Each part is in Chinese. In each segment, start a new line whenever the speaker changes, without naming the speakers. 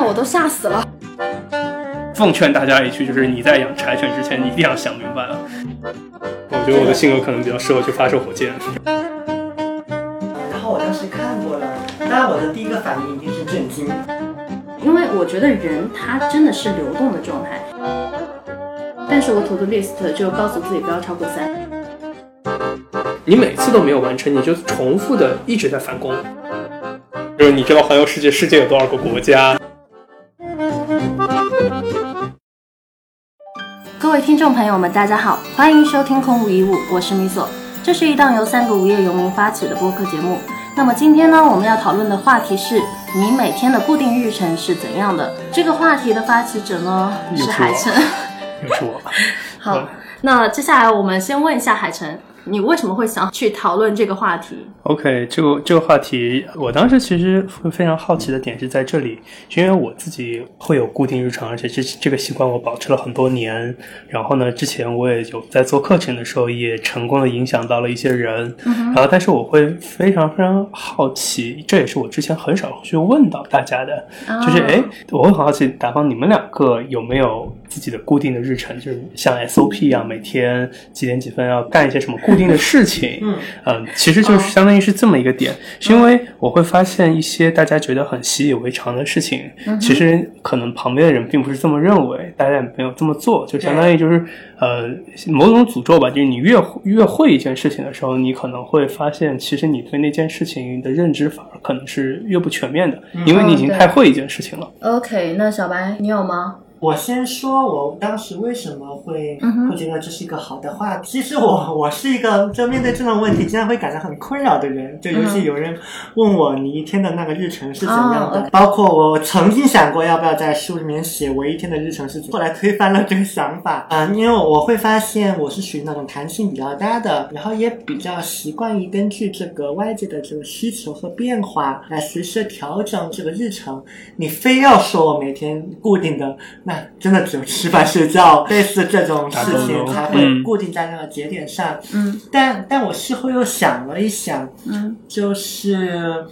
哦都吓死了。
奉劝大家一句，就是你在养柴犬之前，你一定要想明白了。我觉得我的性格可能比较适合去发射火箭。
然后我当时看过了，但我的第一个反应一定是震惊。
因为我觉得人他真的是流动的状态，但是我 to do list 就告诉自己不要超过三。
你每次都没有完成，你就重复的一直在返工。就是你知道环游世界，世界有多少个国家？
各位听众朋友们，大家好，欢迎收听《空无一物》，我是米索，这是一档由三个无业游民发起的播客节目。那么今天呢，我们要讨论的话题是你每天的固定日程是怎样的？这个话题的发起者呢
又
是
是
海
我
晨。
又是我。
好
嗯，
那接下来我们先问一下海晨，你为什么会想去讨论这个话题？
OK，这个这个话题，我当时其实会非常好奇的点是在这里，是因为我自己会有固定日程，而且这这个习惯我保持了很多年。然后呢，之前我也有在做课程的时候，也成功的影响到了一些人。然后，但是我会非常非常好奇，这也是我之前很少去问到大家的，就是哎，诶我会很好奇，打方你们两个有没有自己的固定的日程，就是像 SOP 一样，啊每天几点几分要干一些什么固定的事情？
嗯
嗯，其实就是相当于是这么一个点，是
嗯
因为我会发现一些大家觉得很习以为常的事情，
嗯
其实可能旁边的人并不是这么认为，大家也没有这么做，就相当于就是呃某种诅咒吧，就是你越越会一件事情的时候，你可能会发现，其实你对那件事情的认知反而可能是越不全面的，因为你已
嗯
经
对
太会一件事情了。
OK，那小白你有吗？
我先说，我当时为什么会、
嗯哼
会觉得这是一个好的话题？其实我我是一个就面对这种问题，经常会感到很困扰的人。就尤其有人问我你一天的那个日程是怎样的，
哦，OK
包括我曾经想过要不要在书里面写我一天的日程是怎样，后来推翻了这个想法啊、因为我会发现我是属于那种弹性比较大的，然后也比较习惯于根据这个外界的这个需求和变化来随时地调整这个日程。你非要说我每天固定的，那真的只有吃饭睡觉类似这种事情才会固定在那个节点上。
嗯
但但我事后又想了一想，
嗯
就是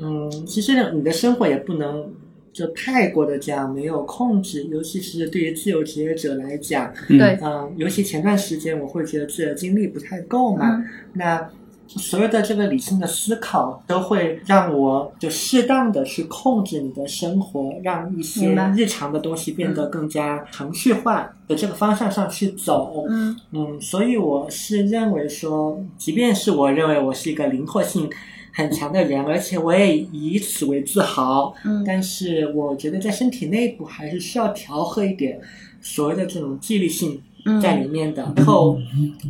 嗯，其实你的生活也不能。就太过的这样没有控制，尤其是对于自由职业者来讲，
嗯
对
嗯，尤其前段时间，我会觉得自己的精力不太够嘛。
嗯
那所有的这个理性的思考，都会让我就适当的去控制你的生活，让一些
明白嗯
日常的东西变得更加程序化的这个方向上去走。
嗯
嗯，所以我是认为说，即便是我认为我是一个灵活性很强的人，而且我也以此为自豪。
嗯
但是我觉得在身体内部还是需要调和一点所谓的这种纪律性
嗯
在里面的。然后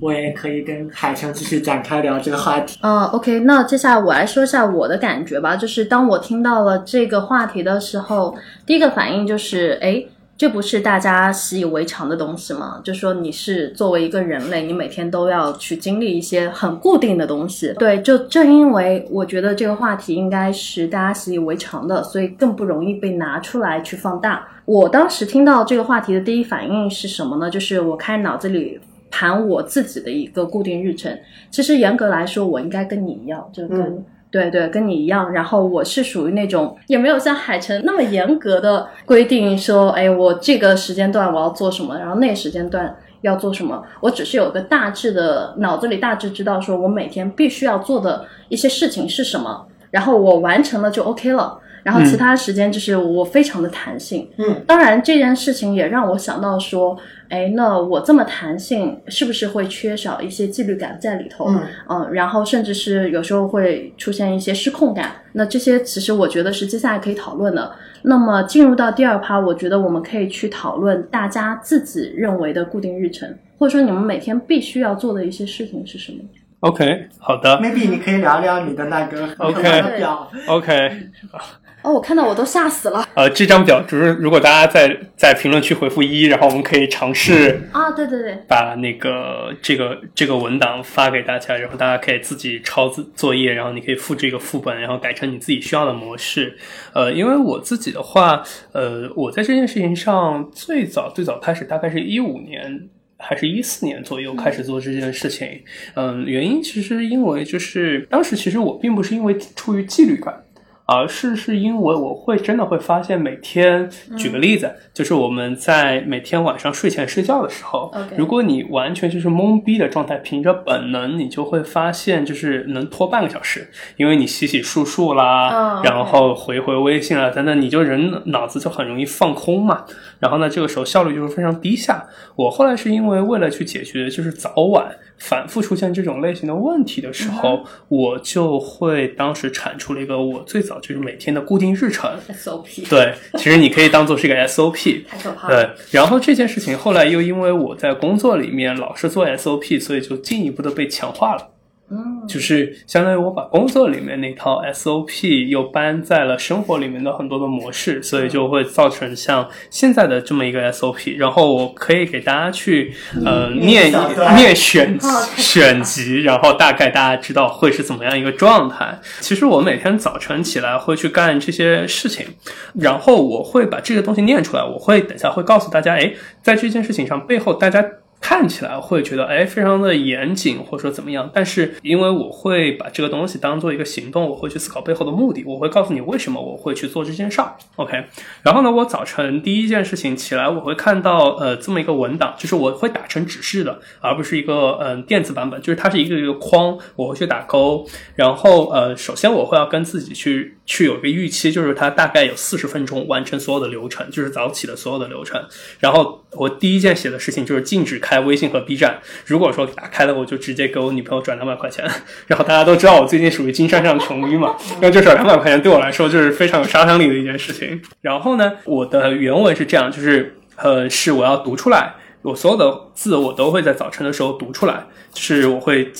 我也可以跟海城继续展开聊这个话题。
呃，OK，那接下来我来说一下我的感觉吧，就是当我听到了这个话题的时候，第一个反应就是，哎，这不是大家习以为常的东西吗？就说你是作为一个人类，你每天都要去经历一些很固定的东西。对，就正因为我觉得这个话题应该是大家习以为常的，所以更不容易被拿出来去放大。我当时听到这个话题的第一反应是什么呢？就是我开始脑子里盘我自己的一个固定日程。其实严格来说，我应该跟你一样，就跟、
嗯
对对，跟你一样。然后我是属于那种也没有像海晨那么严格的规定说，哎，我这个时间段我要做什么，然后那个时间段。要做什么？我只是有个大致的脑子里大致知道，说我每天必须要做的一些事情是什么，然后我完成了就 OK 了。然后其
嗯
他时间就是我非常的弹性，
嗯，
当然，这件事情也让我想到说，哎，那我这么弹性，是不是会缺少一些纪律感在里头？
嗯
然后甚至是有时候会出现一些失控感。那这些其实我觉得是接下来可以讨论的。那么进入到第二趴，我觉得我们可以去讨论大家自己认为的固定日程，或者说你们每天必须要做的一些事情是什么？
OK，好 的
maybe 你可以聊聊你的那个
OK
的表。
，OK，
哦，我看到我都吓死了
呃，这张表就是如果大家在在评论区回复一，然后我们可以尝试
啊！对对对，
把那个这个这个文档发给大家，然后大家可以自己抄自作业，然后你可以复制一个副本，然后改成你自己需要的模式。呃，因为我自己的话，呃，我在这件事情上最早最早开始，大概是一五年。还是一四年左右开始做这件事情，嗯，原因其实因为就是当时其实我并不是因为出于纪律感，而是是因为我会真的会发现每天，举个例子，就是我们在每天晚上睡前睡觉的时候
OK
如果你完全就是懵逼的状态，凭着本能，你就会发现就是能拖半个小时，因为你洗洗漱漱啦
嗯，OK
然后回回微信啊等等，你就人脑子就很容易放空嘛。然后呢，这个时候效率就是非常低下。我后来是因为为了去解决就是早晚反复出现这种类型的问题的时
嗯
候，我就会当时产出了一个我最早就是每天的固定日程。
SOP，，
对，其实你可以当做是一个 SOP。
太可怕了。
对，然后这件事情后来又因为我在工作里面老是做 SOP，所以就进一步的被强化了。
嗯，
就是相当于我把工作里面那套 SOP 又搬在了生活里面的很多的模式，
嗯
所以就会造成像现在的这么一个 SOP。然后我可以给大家去呃
嗯
念
念一段
念选
哦太好了
选集，然后大概大家知道会是怎么样一个状态。其实我每天早晨起来会去干这些事情，然后我会把这个东西念出来，我会等一下会告诉大家，哎，在这件事情上背后大家。看起来会觉得哎非常的严谨，或者说怎么样，但是因为我会把这个东西当做一个行动，我会去思考背后的目的，我会告诉你为什么我会去做这件事儿。OK，然后呢，我早晨第一件事情起来，我会看到呃这么一个文档，就是我会打成指示的，而不是一个嗯、呃电子版本，就是它是一个一个框，我会去打勾。然后呃，首先我会要跟自己去去有一个预期，就是它大概有四十分钟完成所有的流程，就是早起的所有的流程。然后我第一件写的事情就是禁止开微信和 B 站。如果说打开了，我就直接给我女朋友转两百块钱。然后大家都知道我最近属于经商上的穷逼嘛，那这转两百块钱对我来说就是非常有杀伤力的一件事情。然后呢，我的原文是这样，就是呃，是我要读出来，我所有的字我都会在早晨的时候读出来，就是我会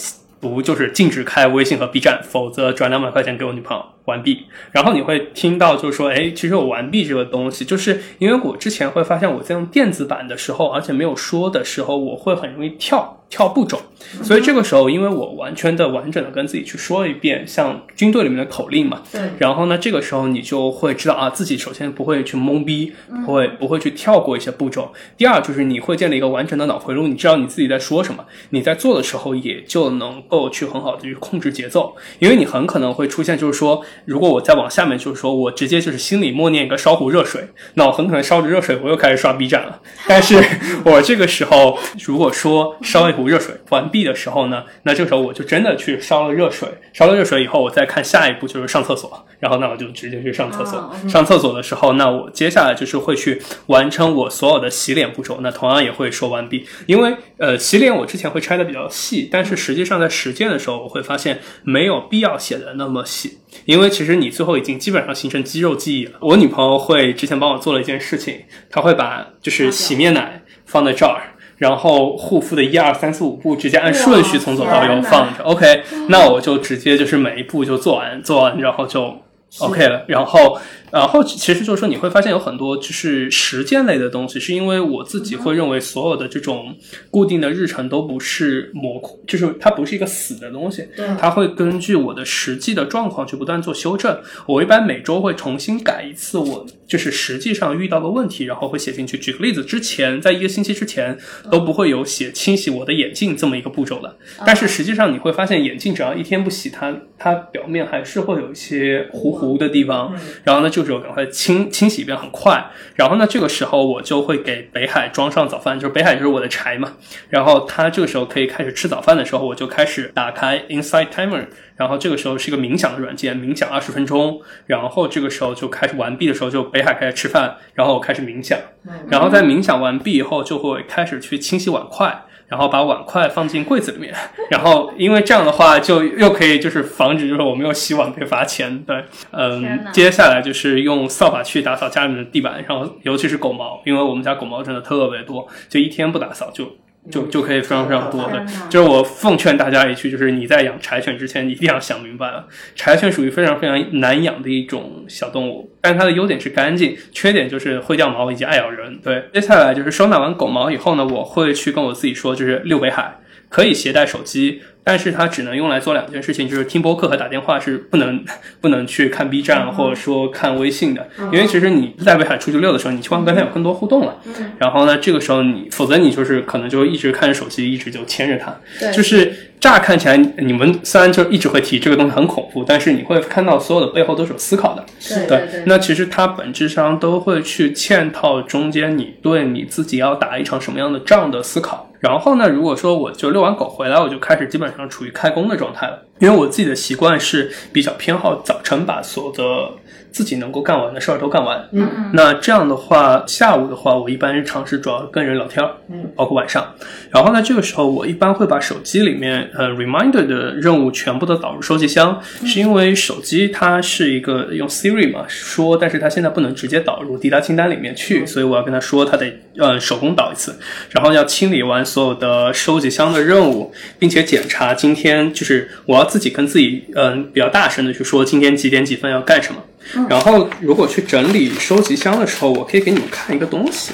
读，就是禁止开微信和 B 站，否则转两百块钱给我女朋友。完毕。然后你会听到就是说，哎，其实我完毕这个东西，就是因为我之前会发现我在用电子版的时候，而且没有说的时候，我会很容易跳跳步骤。所以这个时候，因为我完全的完整的跟自己去说一遍，像军队里面的口令嘛，
对，
然后呢，这个时候你就会知道啊，自己首先不会去懵逼，不会不会去跳过一些步骤。第二就是你会建立一个完整的脑回路，你知道你自己在说什么，你在做的时候也就能够去很好的去控制节奏，因为你很可能会出现就是说，如果我再往下面就是说我直接就是心里默念一个烧壶热水，那我很可能烧着热水我又开始刷 B 站了。但是我这个时候如果说烧一壶热水完毕的时候呢，那这个时候我就真的去烧了热水，烧了热水以后，我再看下一步就是上厕所，然后那我就直接去上厕所。
哦
上厕所的时候，那我接下来就是会去完成我所有的洗脸步骤，那同样也会说完毕。因为呃，洗脸我之前会拆的比较细，但是实际上在实践的时候，我会发现没有必要写的那么细。因为其实你最后已经基本上形成肌肉记忆了。我女朋友会之前帮我做了一件事情，她会把就是洗面奶放在这儿，然后护肤的一二三四五步直接按顺序从左到右放着。OK，那我就直接就是每一步就做完，做完然后就 OK 了。然后，然后其实就是说你会发现有很多就是实践类的东西，是因为我自己会认为所有的这种固定的日程都不是模糊，就是它不是一个死的东西，
对
它会根据我的实际的状况去不断做修正。我一般每周会重新改一次我就是实际上遇到的问题，然后会写进去。举个例子，之前在一个星期之前都不会有写清洗我的眼镜这么一个步骤的，但是实际上你会发现眼镜只要一天不洗，它它表面还是会有一些糊糊的地
嗯
方。然后呢，这个时候赶快清清洗一遍，很快。然后呢，这个时候我就会给北海装上早饭，就是北海就是我的柴嘛。然后他这个时候可以开始吃早饭的时候，我就开始打开 Inside Timer，然后这个时候是一个冥想的软件，冥想二十分钟，然后这个时候就开始完毕的时候，就北海开始吃饭，然后我开始冥想，
嗯
然后在冥想完毕以后，就会开始去清洗碗筷。然后把碗筷放进柜子里面， 然后因为这样的话，就又可以就是防止就是我没有洗碗被罚钱，对，
天
嗯
哪，
接下来就是用扫把去打扫家里面的地板，然后尤其是狗毛，因为我们家狗毛真的特别多，就一天不打扫就就就可以非常非常多的
天哪。
就是我奉劝大家一句，就是你在养柴犬之前，你一定要想明白了，柴犬属于非常非常难养的一种小动物，但它的优点是干净，缺点就是会掉毛以及爱咬人。对，接下来就是收纳完狗毛以后呢，我会去跟我自己说，就是遛北海。可以携带手机，但是它只能用来做两件事情，就是听播客和打电话是不能不能去看 B 站啊或者说看微信的，因为其实你在北海出去溜的时候，你希望跟他有更多互动了。然后呢，这个时候你否则你就是可能就一直看着手机，一直就牵着它。
对
就是乍看起来，你们虽然就一直会提这个东西很恐怖，但是你会看到所有的背后都是有思考的。
对
对
对
那其实它本质上都会去嵌套中间你对你自己要打一场什么样的仗的思考。然后呢，如果说我就遛完狗回来，我就开始基本上处于开工的状态了，因为我自己的习惯是比较偏好早晨把所有的自己能够干完的事儿都干完。
嗯
那这样的话，下午的话，我一般日常是主要跟人聊天，
嗯，
包括晚上。然后呢，这个时候我一般会把手机里面呃 reminder 的任务全部都导入收集箱，是因为手机它是一个用 Siri 嘛说，但是它现在不能直接导入滴答清单里面去，所以我要跟他说，他得呃手工导一次，然后要清理完所有的收集箱的任务，并且检查今天就是我要自己跟自己嗯、呃比较大声的去说今天几点几分要干什么。然后如果去整理收集箱的时候，我可以给你们看一个东西。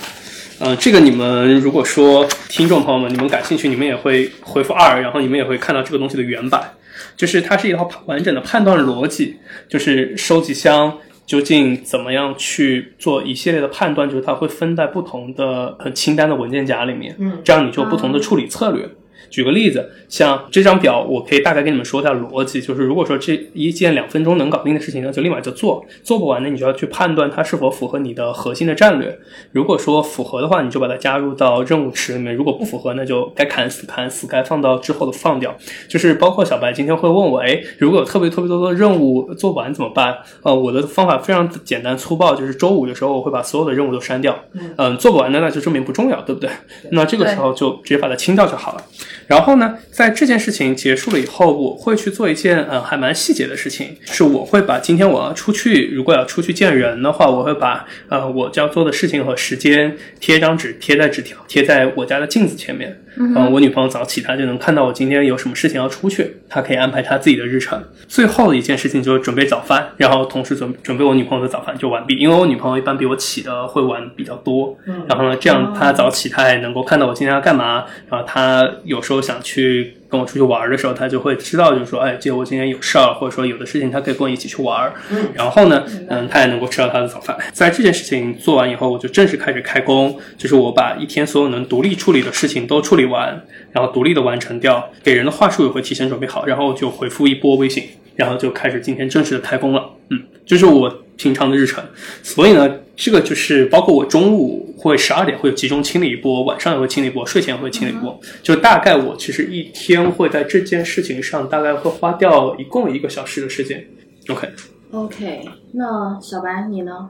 呃，这个你们如果说听众朋友们，你们感兴趣，你们也会回复二，然后你们也会看到这个东西的原版，就是它是一套完整的判断逻辑，就是收集箱究竟怎么样去做一系列的判断，就是它会分在不同的呃清单的文件夹里面，
嗯
这样你就有不同的处理策略。举个例子，像这张表，我可以大概跟你们说一下逻辑，就是如果说这一件两分钟能搞定的事情，那就立马就做；做不完呢，你就要去判断它是否符合你的核心的战略。如果说符合的话，你就把它加入到任务池里面；如果不符合，那就该砍死砍死，该放到之后的放掉。就是包括小白今天会问我，哎，如果有特别特别多的任务做完怎么办？呃，我的方法非常简单粗暴，就是周五的时候我会把所有的任务都删掉。
嗯
做不完的那就证明不重要，对不对？那这个
对
时候就直接把它清掉就好了。然后呢，在这件事情结束了以后，我会去做一件呃还蛮细节的事情，是我会把今天我要出去，如果要出去见人的话，我会把呃我要做的事情和时间贴一张纸，贴在纸条，贴在我家的镜子前面。嗯、我女朋友早起，她就能看到我今天有什么事情要出去，她可以安排她自己的日程。最后的一件事情就是准备早饭，然后同时准准备我女朋友的早饭就完毕，因为我女朋友一般比我起的会晚比较多，
嗯
然后呢，这样他早起，他也能够看到我今天要干嘛。然后他有时候想去跟我出去玩儿的时候，他就会知道，就是说，哎，这个我今天有事儿，或者说有的事情他可以跟我一起去玩儿。
嗯
然后呢
明，白
嗯，他也能够吃到他的早饭。在这件事情做完以后，我就正式开始开工，就是我把一天所有能独立处理的事情都处理完，然后独立的完成掉，给人的话术也会提前准备好，然后就回复一波微信，然后就开始今天正式的开工了。嗯，这、是我平常的日程。所以呢，这个就是包括我中午会十二点会集中清理一波，晚上也会清理一波，睡前也会清理一
嗯
波。就大概我其实一天会在这件事情上大概会花掉一共一个小时的时间。OK，
，OK，那小白你呢？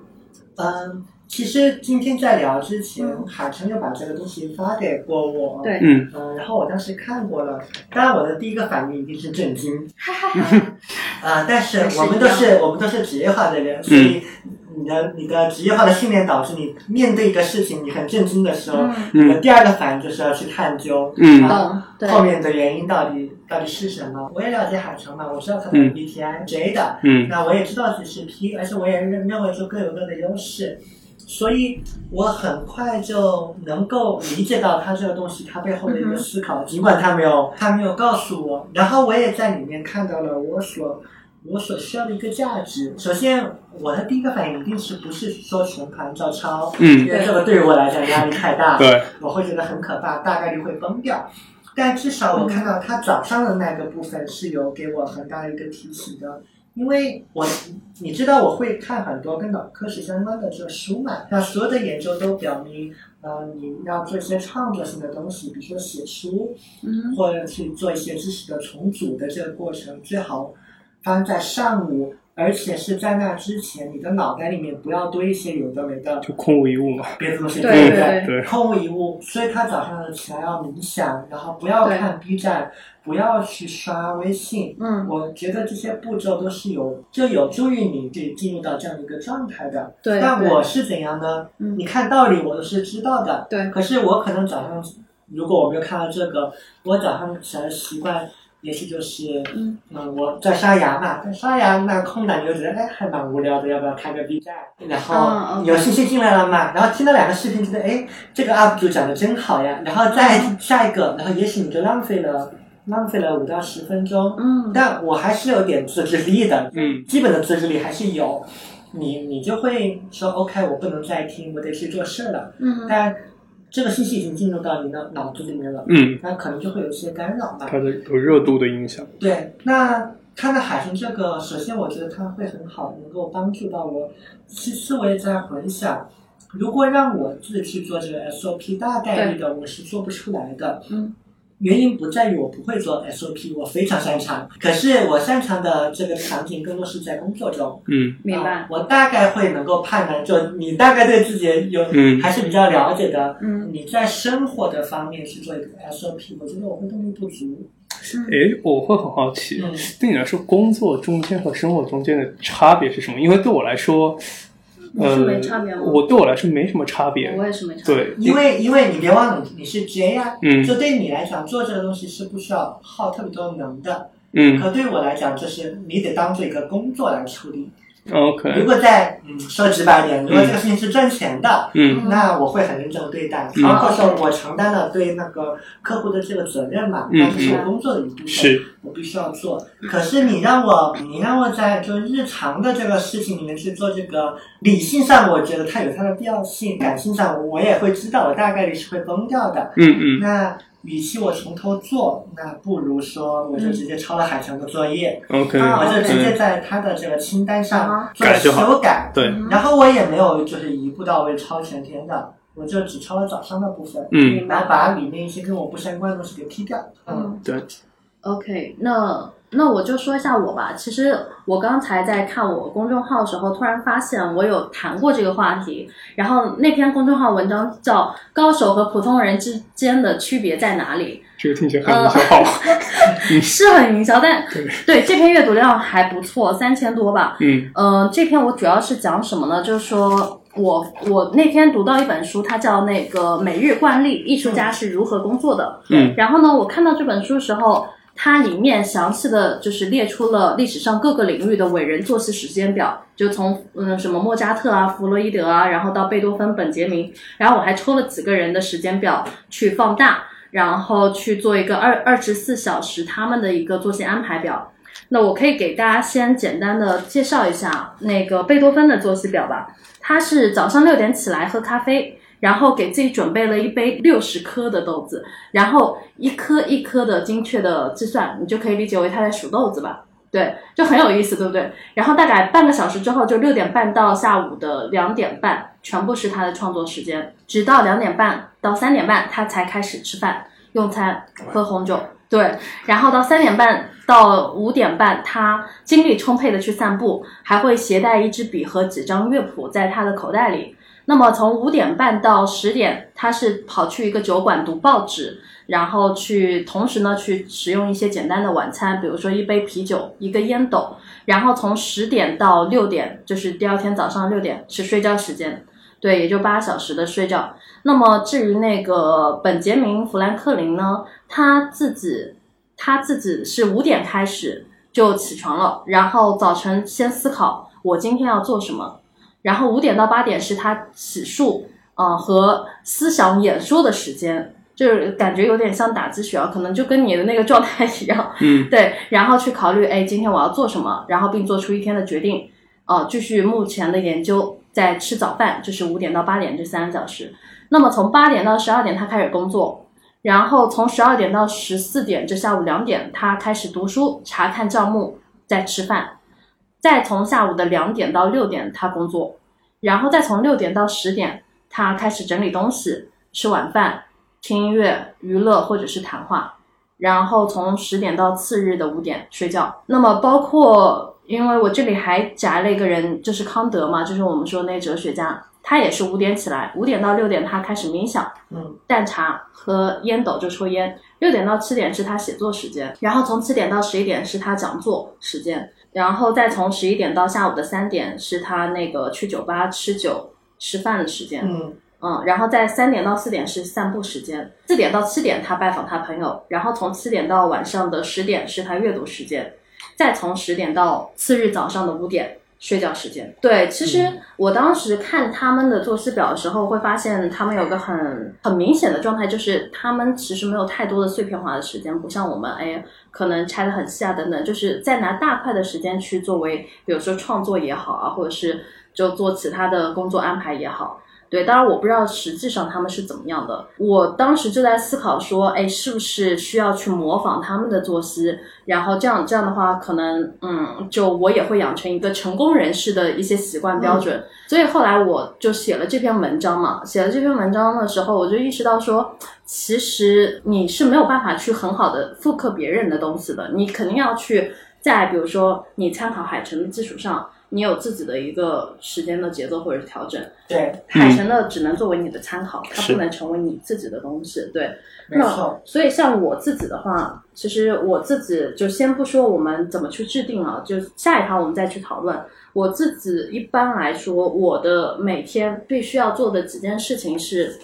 嗯，其实今天在聊之前，海城又把这个东西发给过我。。
对，
嗯，
嗯，然后我当时看过了，当然我的第一个反应一定是震惊， 啊、但是
还是
我们都
一
是我们都是职业化的
嗯
人，所以你的你的职业化的训练导致你面对一个事情你很震惊的时候，
嗯
嗯
你的第二个反应就是要去探究，啊
嗯
嗯，对，
后面的原因到底到底是什么？我也了解海城嘛，我知道他的
嗯
MBTI 谁的，
嗯
那我也知道自己是 P，而且我也认认为说各有各的优势，所以我很快就能够理解到他这个东西它背后的一
嗯
个
哼
思考，尽管他没有他没有告诉我，然后我也在里面看到了我所我所需要的一个价值。首先，我的第一个反应一定是不是说全盘照抄，
嗯，
因为这个对于我来讲压力太大，
对，
我会觉得很可怕，大概率会崩掉。但至少我看到他早上的那个部分是有给我很大的一个提醒的，因为我你知道我会看很多跟脑科学相关的这个书嘛，那所有的研究都表明，呃，你要做一些创作性的东西，比如说写书，
嗯
或者去做一些知识的重组的这个过程，最好发生在上午，而且是在那之前，你的脑袋里面不要堆一些有的没的
就空无一物嘛。
别的东西，
对
不
对对
对
空无一物，所以他早上起来要冥想，然后不要看 B 站，不要去刷微信。
嗯，
我觉得这些步骤都是有，就有助于你去进入到这样的一个状态的。
对，
但
对
我是怎样呢？
嗯
你看道理我都是知道的，
对
可是我可能早上，如果我没有看到这个，我早上起来的习惯也许就是，
嗯
嗯，我在刷牙嘛，在刷牙那空档就觉得哎还蛮无聊的，要不要开个 B 站？然
嗯
后
，OK
有信息进来了嘛，然后听了两个视频，觉得哎这个 UP 主讲的真好呀，然后再
嗯
下一个，然后也许你就浪费了浪费了五到十分钟，
嗯
但我还是有点自制力的，
嗯，
基本的自制力还是有。你你就会说 OK，我不能再听，我得去做事了。
嗯
但这个信息已经进入到你的脑子里面了，
嗯，
那可能就会有一些干扰嘛。
它的有热度的影响。
对，那看到海豚这个，首先我觉得它会很好，能够帮助到我。其次，我也在回想，如果让我自己去做这个 SOP，大概率的我是做不出来的。
嗯
原因不在于我不会做 SOP，我非常擅长。可是我擅长的这个场景更多是在工作中，
嗯
明
啊
白。
我大概会能够判断，就你大概对自己有、
嗯
还是比较了解的。
嗯
你在生活的方面去做一个 SOP，我觉得我会动力不足。
嗯
诶，哎我会很好奇，
嗯
对你来说，工作中间和生活中间的差别是什么？因为对我来说，
你
呃，
是没差别吗
我对我来说没什么差别。
我也是没差别。
对，
因为因为你别忘了你你是 J 呀、
嗯
就对你来讲做这个东西是不需要耗特别多能的，
嗯
可对我来讲就是你得当做一个工作来处理。如
，OK，
果在嗯说直白点，如果这个事情是赚钱的。
嗯
嗯
那我会很认真地对待，
嗯
包括说我承担了对那个客户的这个责任嘛，
嗯
那这是我工作的一部分，
是，
我必须要做。可是你让我，你让我在就日常的这个事情里面去做这个，理性上我觉得它有它的必要性，感性上我也会知道我大概率是会崩掉的。
嗯嗯
那与其我从头做，那不如说我就直接抄了海城的作业，
，OK，
嗯
我就直接
嗯
在他的这个清单上
啊
做了
改就好
修改。
对，
嗯
然后我也没有就是一步到位抄全天的，我就只抄了早上的部分，
嗯，
然后把里面一些跟我不相关的东西给踢掉。嗯，
嗯
对，
OK，那那我就说一下我吧。其实我刚才在看我公众号的时候，突然发现我有谈过这个话题。然后那篇公众号文章叫《高手和普通人之间的区别在哪里
这个听起来
啊
很 消耗。》，
是很营销，但
对
对这篇阅读量还不错，三千多吧。
嗯
呃，这篇我主要是讲什么呢？就是说我我那天读到一本书，它叫那个《每日惯例：艺术家是如何工作的》。
嗯
然后呢，我看到这本书的时候，它里面详细的就是列出了历史上各个领域的伟人作息时间表，就从嗯什么莫扎特啊、弗洛伊德啊，然后到贝多芬、本杰明，然后我还抽了几个人的时间表去放大，然后去做一个二二十四小时他们的一个作息安排表。那我可以给大家先简单的介绍一下那个贝多芬的作息表吧。他是早上六点起来喝咖啡，然后给自己准备了一杯六十颗的豆子，然后一颗一颗的精确的计算，你就可以理解为他在数豆子吧。对，就很有意思，对不对？然后大概半个小时之后，就六点半到下午的两点半，全部是他的创作时间，直到两点半到三点半，他才开始吃饭、用餐、喝红酒。对，然后到三点半到五点半，他精力充沛的去散步，还会携带一支笔和几张乐谱在他的口袋里。那么从五点半到十点，他是跑去一个酒馆读报纸，然后去同时呢去食用一些简单的晚餐，比如说一杯啤酒、一个烟斗。然后从十点到六点，就是第二天早上六点是睡觉时间，对，也就八小时的睡觉。那么至于那个本杰明·富兰克林呢，他自己他自己是五点开始就起床了，然后早晨先思考我今天要做什么，然后五点到八点是他洗漱啊、呃和思想演说的时间，就是感觉有点像打鸡血啊，可能就跟你的那个状态一样，
嗯
对，然后去考虑，哎，今天我要做什么，然后并做出一天的决定，呃，继续目前的研究，在吃早饭，就是五点到八点这三个小时。那么从八点到十二点，他开始工作，然后从十二点到十四点，这下午两点，他开始读书、查看账目，再吃饭，再从下午的两点到六点，他工作，然后再从六点到十点，他开始整理东西、吃晚饭、听音乐、娱乐或者是谈话。然后从十点到次日的五点睡觉。那么包括，因为我这里还夹了一个人，就是康德嘛，就是我们说那哲学家，他也是五点起来，五点到六点他开始冥想，
嗯，
淡茶和烟斗就抽烟。六点到七点是他写作时间，然后从七点到十一点是他讲座时间，然后再从十一点到下午的三点是他那个去酒吧吃酒吃饭的时间。
嗯
嗯，然后在三点到四点是散步时间，四点到七点他拜访他朋友，然后从七点到晚上的十点是他阅读时间，再从十点到次日早上的五点睡觉时间。对，其实我当时看他们的作息表的时候，会发现他们有个很很明显的状态，就是他们其实没有太多的碎片化的时间，不像我们哎可能拆得很细啊等等，就是在拿大块的时间去作为，比如说创作也好啊，或者是就做其他的工作安排也好。对，当然我不知道实际上他们是怎么样的。我当时就在思考说，哎，是不是需要去模仿他们的作息？然后这样这样的话，可能嗯，就我也会养成一个成功人士的一些习惯标准。所以后来我就写了这篇文章嘛。写了这篇文章的时候，我就意识到说，其实你是没有办法去很好的复刻别人的东西的，你肯定要去在比如说你参考海城的基础上，你有自己的一个时间的节奏或者是调整。
对，
海神的只能作为你的参考，它
嗯是
不能成为你自己的东西。对，
没错
那，所以像我自己的话，其实我自己就先不说我们怎么去制定啊，就下一趴我们再去讨论。我自己一般来说，我的每天必须要做的几件事情是，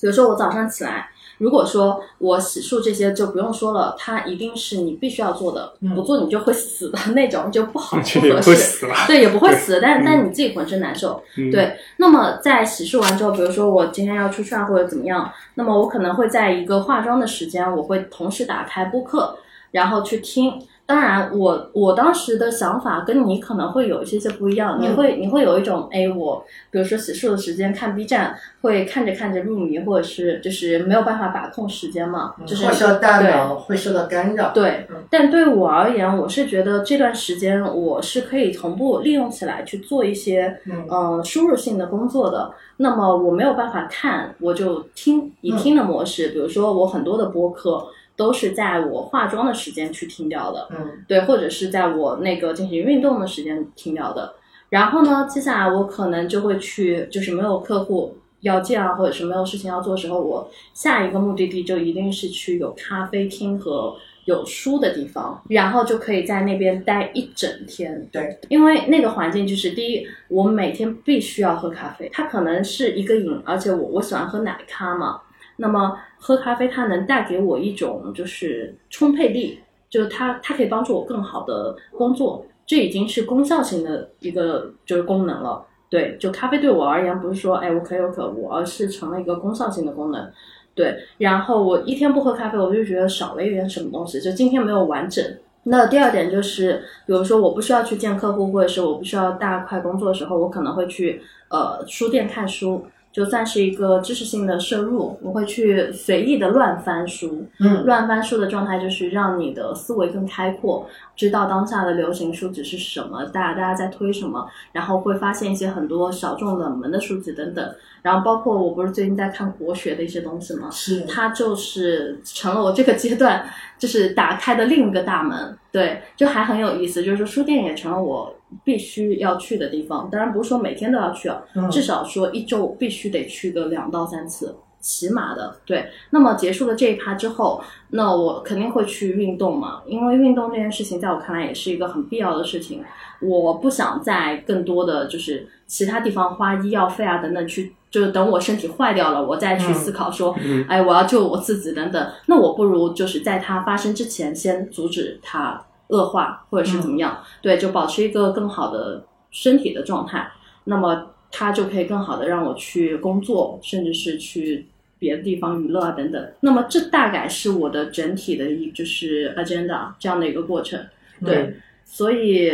比如说我早上起来，如果说我洗漱这些就不用说了，它一定是你必须要做的，
嗯
不做你就会死的 那种，就不 好
这
不
也
合
不会
适。
死了。
对，也不会死，但
嗯
但你自己浑身难受。
嗯，
对，那么在洗漱完之后，比如说我今天要出去啊，或者怎么样，那么我可能会在一个化妆的时间，我会同时打开播客，然后去听。当然我，我当时的想法跟你可能会有一些些不一样，你
嗯
会你会有一种，哎，我比如说洗漱的时间看 B 站，会看着看着入迷，或者是就是没有办法把控时间嘛，就是
会受大
嗯对
脑会受到干扰。
对
嗯，
但对我而言，我是觉得这段时间我是可以同步利用起来去做一些
嗯
呃输入性的工作的。那么我没有办法看，我就听以
嗯
听的模式，比如说我很多的播客都是在我化妆的时间去听掉的，
嗯
对，或者是在我那个进行运动的时间听掉的。然后呢，接下来我可能就会去，就是没有客户要见啊，或者是没有事情要做的时候，我下一个目的地就一定是去有咖啡厅和有书的地方，然后就可以在那边待一整天。
对，
因为那个环境就是第一，我每天必须要喝咖啡，它可能是一个瘾，而且我我喜欢喝奶咖嘛，那么喝咖啡它能带给我一种就是充沛力，就是它它可以帮助我更好的工作，这已经是功效性的一个就是功能了。对，就咖啡对我而言不是说哎我可有可无，而是成了一个功效性的功能。对，然后我一天不喝咖啡，我就觉得少了一点什么东西，就今天没有完整。那第二点就是，比如说我不需要去见客户，或者是我不需要大块工作的时候，我可能会去呃书店看书，就算是一个知识性的摄入，我会去随意的乱翻书。
嗯，
乱翻书的状态就是让你的思维更开阔，知道当下的流行书籍是什么，大大家在推什么，然后会发现一些很多小众冷门的书籍等等。然后包括我不是最近在看国学的一些东西吗？
是
它就是成了我这个阶段就是打开的另一个大门，对，就还很有意思。就是说书店也成了我必须要去的地方，当然不是说每天都要去啊，
嗯
至少说一周必须得去个两到三次，起码的。对，那么结束了这一趴之后，那我肯定会去运动嘛，因为运动这件事情在我看来也是一个很必要的事情。我不想在更多的就是其他地方花医药费啊等等去，就是等我身体坏掉了，我再去
嗯
思考说，
嗯
哎，我要救我自己等等。那我不如就是在它发生之前先阻止它恶化，或者是怎么样，对，就保持一个更好的身体的状态。那么它就可以更好的让我去工作，甚至是去别的地方娱乐啊等等。那么这大概是我的整体的一就是 agenda 这样的一个过程。对，
嗯
所以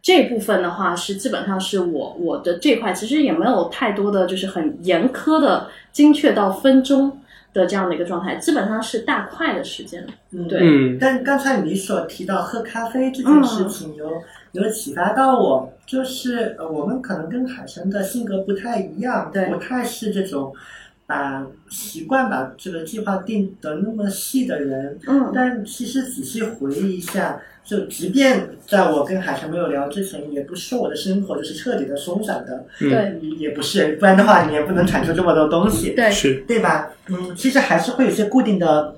这部分的话是基本上是我我的这块，其实也没有太多的就是很严苛的精确到分钟的这样的一个状态，基本上是大块的时间。
嗯
对
嗯，
但刚才你所提到喝咖啡这件
嗯
事情有，有启发到我，就是呃我们可能跟海神的性格不太一样，
对
不太是这种把习惯把这个计划定得那么细的人。
嗯
但其实仔细回忆一下，就即便在我跟海神没有聊之前，也不是说我的生活就是彻底的松散的，
嗯
对
也不是，不然的话你也不能产出这么多东西，
对
是，
对吧？嗯，其实还是会有一些固定的，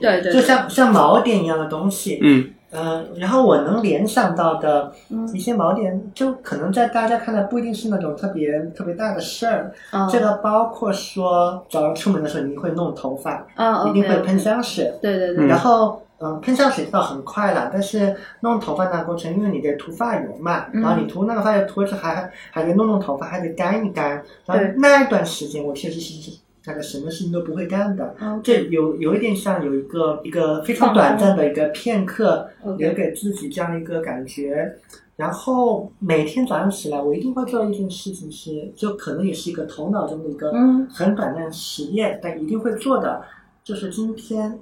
对对，
就像像锚点一样的东西，
嗯
呃，然后我能联想到的
嗯
一些锚点，就可能在大家看来不一定是那种特别特别大的事儿。
嗯
这个包括说，早上出门的时候你会弄头发，
嗯
一定会喷
，OK，
香水，
对对
嗯
对，
然后。嗯，喷香水倒很快了，但是弄头发那过程，因为你得涂发油嘛，
嗯
然后你涂那个发油涂了之后还还得弄弄头发，还得干一干。然后
对
那一段时间，我确实是大概什么事情都不会干的，
嗯
这有有一点像有一个一个非常短暂的一个片刻，留
OK，
给自己这样一个感觉。然后每天早上起来，我一定会做一件事情是，就可能也是一个头脑中的一个
嗯
很短暂的实验，但一定会做的，就是今天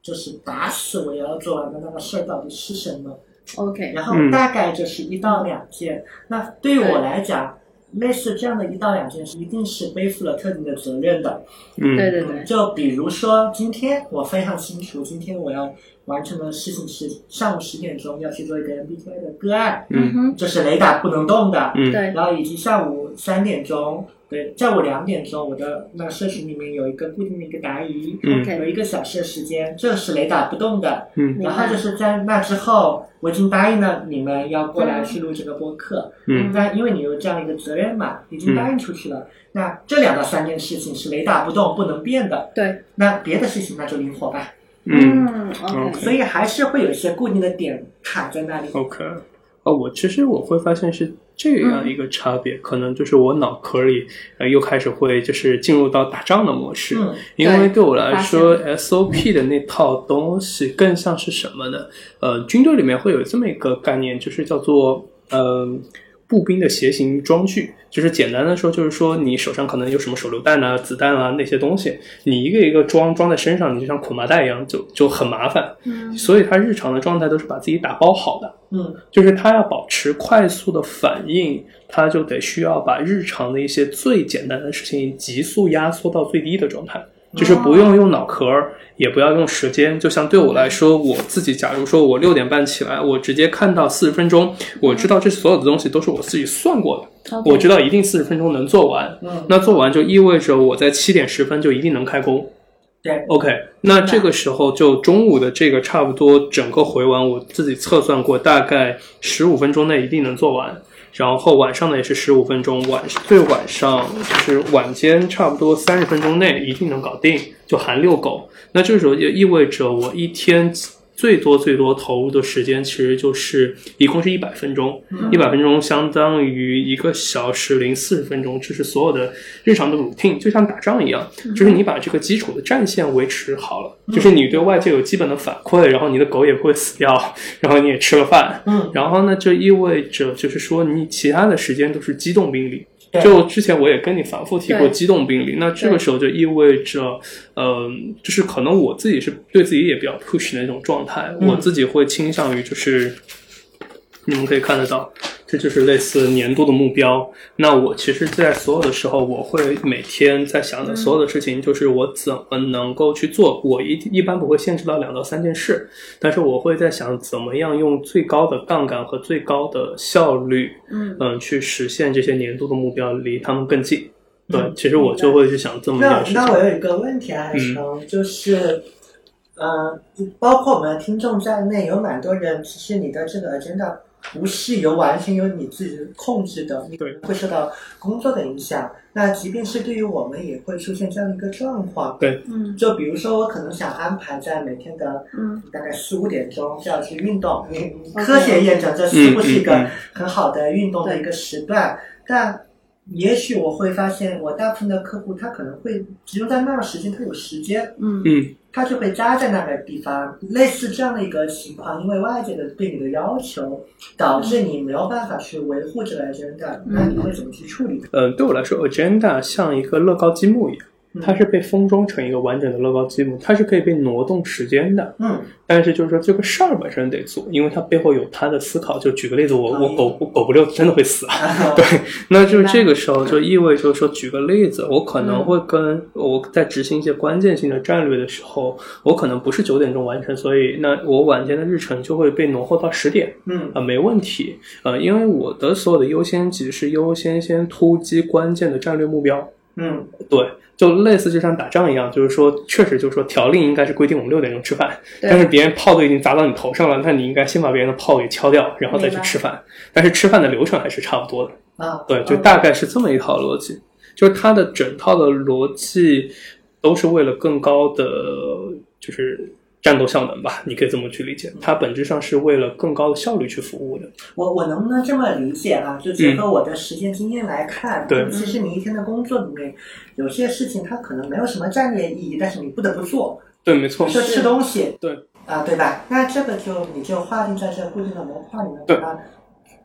就是打死我也要做完的那个事儿到底是什么。
，OK，
然后
嗯
大概就是一到两件。那对于我
对
来讲，类似这样的一到两件事，一定是背负了特定的责任的。
嗯，
对对
嗯，
对，
就比如说今天我非常清楚，今天我要完成的事情是上午十点钟要去做一个 MBTI 的个案，
嗯
嗯
哼，
这是雷达不能动的。
嗯，
对，
然后以及下午三点钟，对，下午两点钟，我的那社群里面有一个固定的一个答疑，
嗯
OK
有一个小时的时间，这是雷打不动的。
嗯
明
然后
白
就，是在那之后，我已经答应了你们要过来去录这个播客，
嗯
那因为你有这样一个责任嘛，已经答应出去了。那这两到三件事情是雷打不动、不能变的。
对，
那别的事情那就灵活吧。
嗯
，OK，
所以还是会有一些固定的点卡在那里。
，OK。哦，我其实我会发现是这样一个差别，可能就是我脑壳里呃又开始会就是进入到打仗的模式，
嗯，
因为对我来
发
说，SOP 的那套东西更像是什么呢？呃，军队里面会有这么一个概念，就是叫做呃步兵的鞋型装具。就是简单的说，就是说你手上可能有什么手榴弹啊、子弹啊那些东西，你一个一个装装在身上，你就像捆麻袋一样，就就很麻烦。
嗯
所以他日常的状态都是把自己打包好的。
嗯，
就是他要保持快速的反应，他就得需要把日常的一些最简单的事情急速压缩到最低的状态，就是不用用脑壳儿，也不要用时间。就像对我来说，我自己假如说我六点半起来，我直接看到四十分钟，我知道这所有的东西都是我自己算过的，
，OK，
我知道一定四十分钟能做完。
嗯
那做完就意味着我在七点十分就一定能开工。
对，
OK，那这个时候就中午的这个差不多整个回完，我自己测算过，大概十五分钟内一定能做完。然后晚上呢也是十五分钟，晚最晚上就是晚间差不多三十分钟内一定能搞定，就含遛狗。那这时候就意味着我一天最多最多投入的时间其实就是一共是一百分钟，一百分钟相当于一个小时零四十分钟，这是所有的日常的 routine，就像打仗一样，就是你把这个基础的战线维持好了，就是你对外界有基本的反馈，然后你的狗也不会死掉，然后你也吃了饭，
嗯，
然后呢，这意味着就是说你其他的时间都是机动兵力。
对
就之前我也跟你反复提过
对
机动兵力，那这个时候就意味着，呃，就是可能我自己是对自己也比较 push 的那种状态，
嗯
我自己会倾向于就是，你们可以看得到，这就是类似年度的目标。那我其实，在所有的时候，我会每天在想的所有的事情，就是我怎么能够去做。我一一般不会限制到两到三件事，但是我会在想怎么样用最高的杠杆和最高的效率，
嗯
嗯，去实现这些年度的目标，离他们更近。对
嗯，
其实我就会去想这么一
那
件事
那
情。
我有一个问题啊，海城，就是，呃，包括我们听众在内，有蛮多人，其实你的这个 agenda 不是由完全由你自己控制的，你可能会受到工作的影响。那即便是对于我们，也会出现这样一个状况。
嗯
就比如说，我可能想安排在每天的
嗯
大概四五点钟就要去运动，你你
OK
科学验证这是不是
嗯
一
嗯
个
嗯
很好的运动的一个时段？但也许我会发现，我大部分的客户他可能会集中在那个时间，他有时间，
嗯
嗯
他就会扎在那个地方。类似这样的一个情况，因为外界的对你的要求，导致你没有办法去维护这个 agenda，那你会怎么去处理它？
呃，对我来说，agenda 像一个乐高积木一样，
嗯
它是被封装成一个完整的乐高积木，它是可以被挪动时间的。
嗯
但是就是说这个事儿本身得做，因为它背后有他的思考。就举个例子，我我
嗯
狗不狗不遛真的会死啊。对，那就是这个时候就意味着说，举个例子，我可能会跟我在执行一些关键性的战略的时候，我可能不是九点钟完成，所以那我晚间的日程就会被挪后到十点。
嗯
啊，没问题。呃呃，因为我的所有的优先级是优先先突击关键的战略目标。
嗯嗯
就类似就像打仗一样，就是说，确实就是说，条令应该是规定我们六点钟吃饭，
对
但是别人炮都已经砸到你头上了，那你应该先把别人的炮给敲掉，然后再去
明白
吃饭。但是吃饭的流程还是差不多的，
啊，
对，就
嗯
大概是这么一套逻辑。就是它的整套的逻辑都是为了更高的就是战斗效能吧，你可以这么去理解。它本质上是为了更高的效率去服务的。
我我能不能这么理解啊？就结合我的实践经验来看，
嗯对
其实你一天的工作里面，有些事情它可能没有什么战略意义，但是你不得不做，
对，没
比
错
如。说吃东西，
对
啊、对吧？那这个就你就划定在这固定的模块里面，
对
把它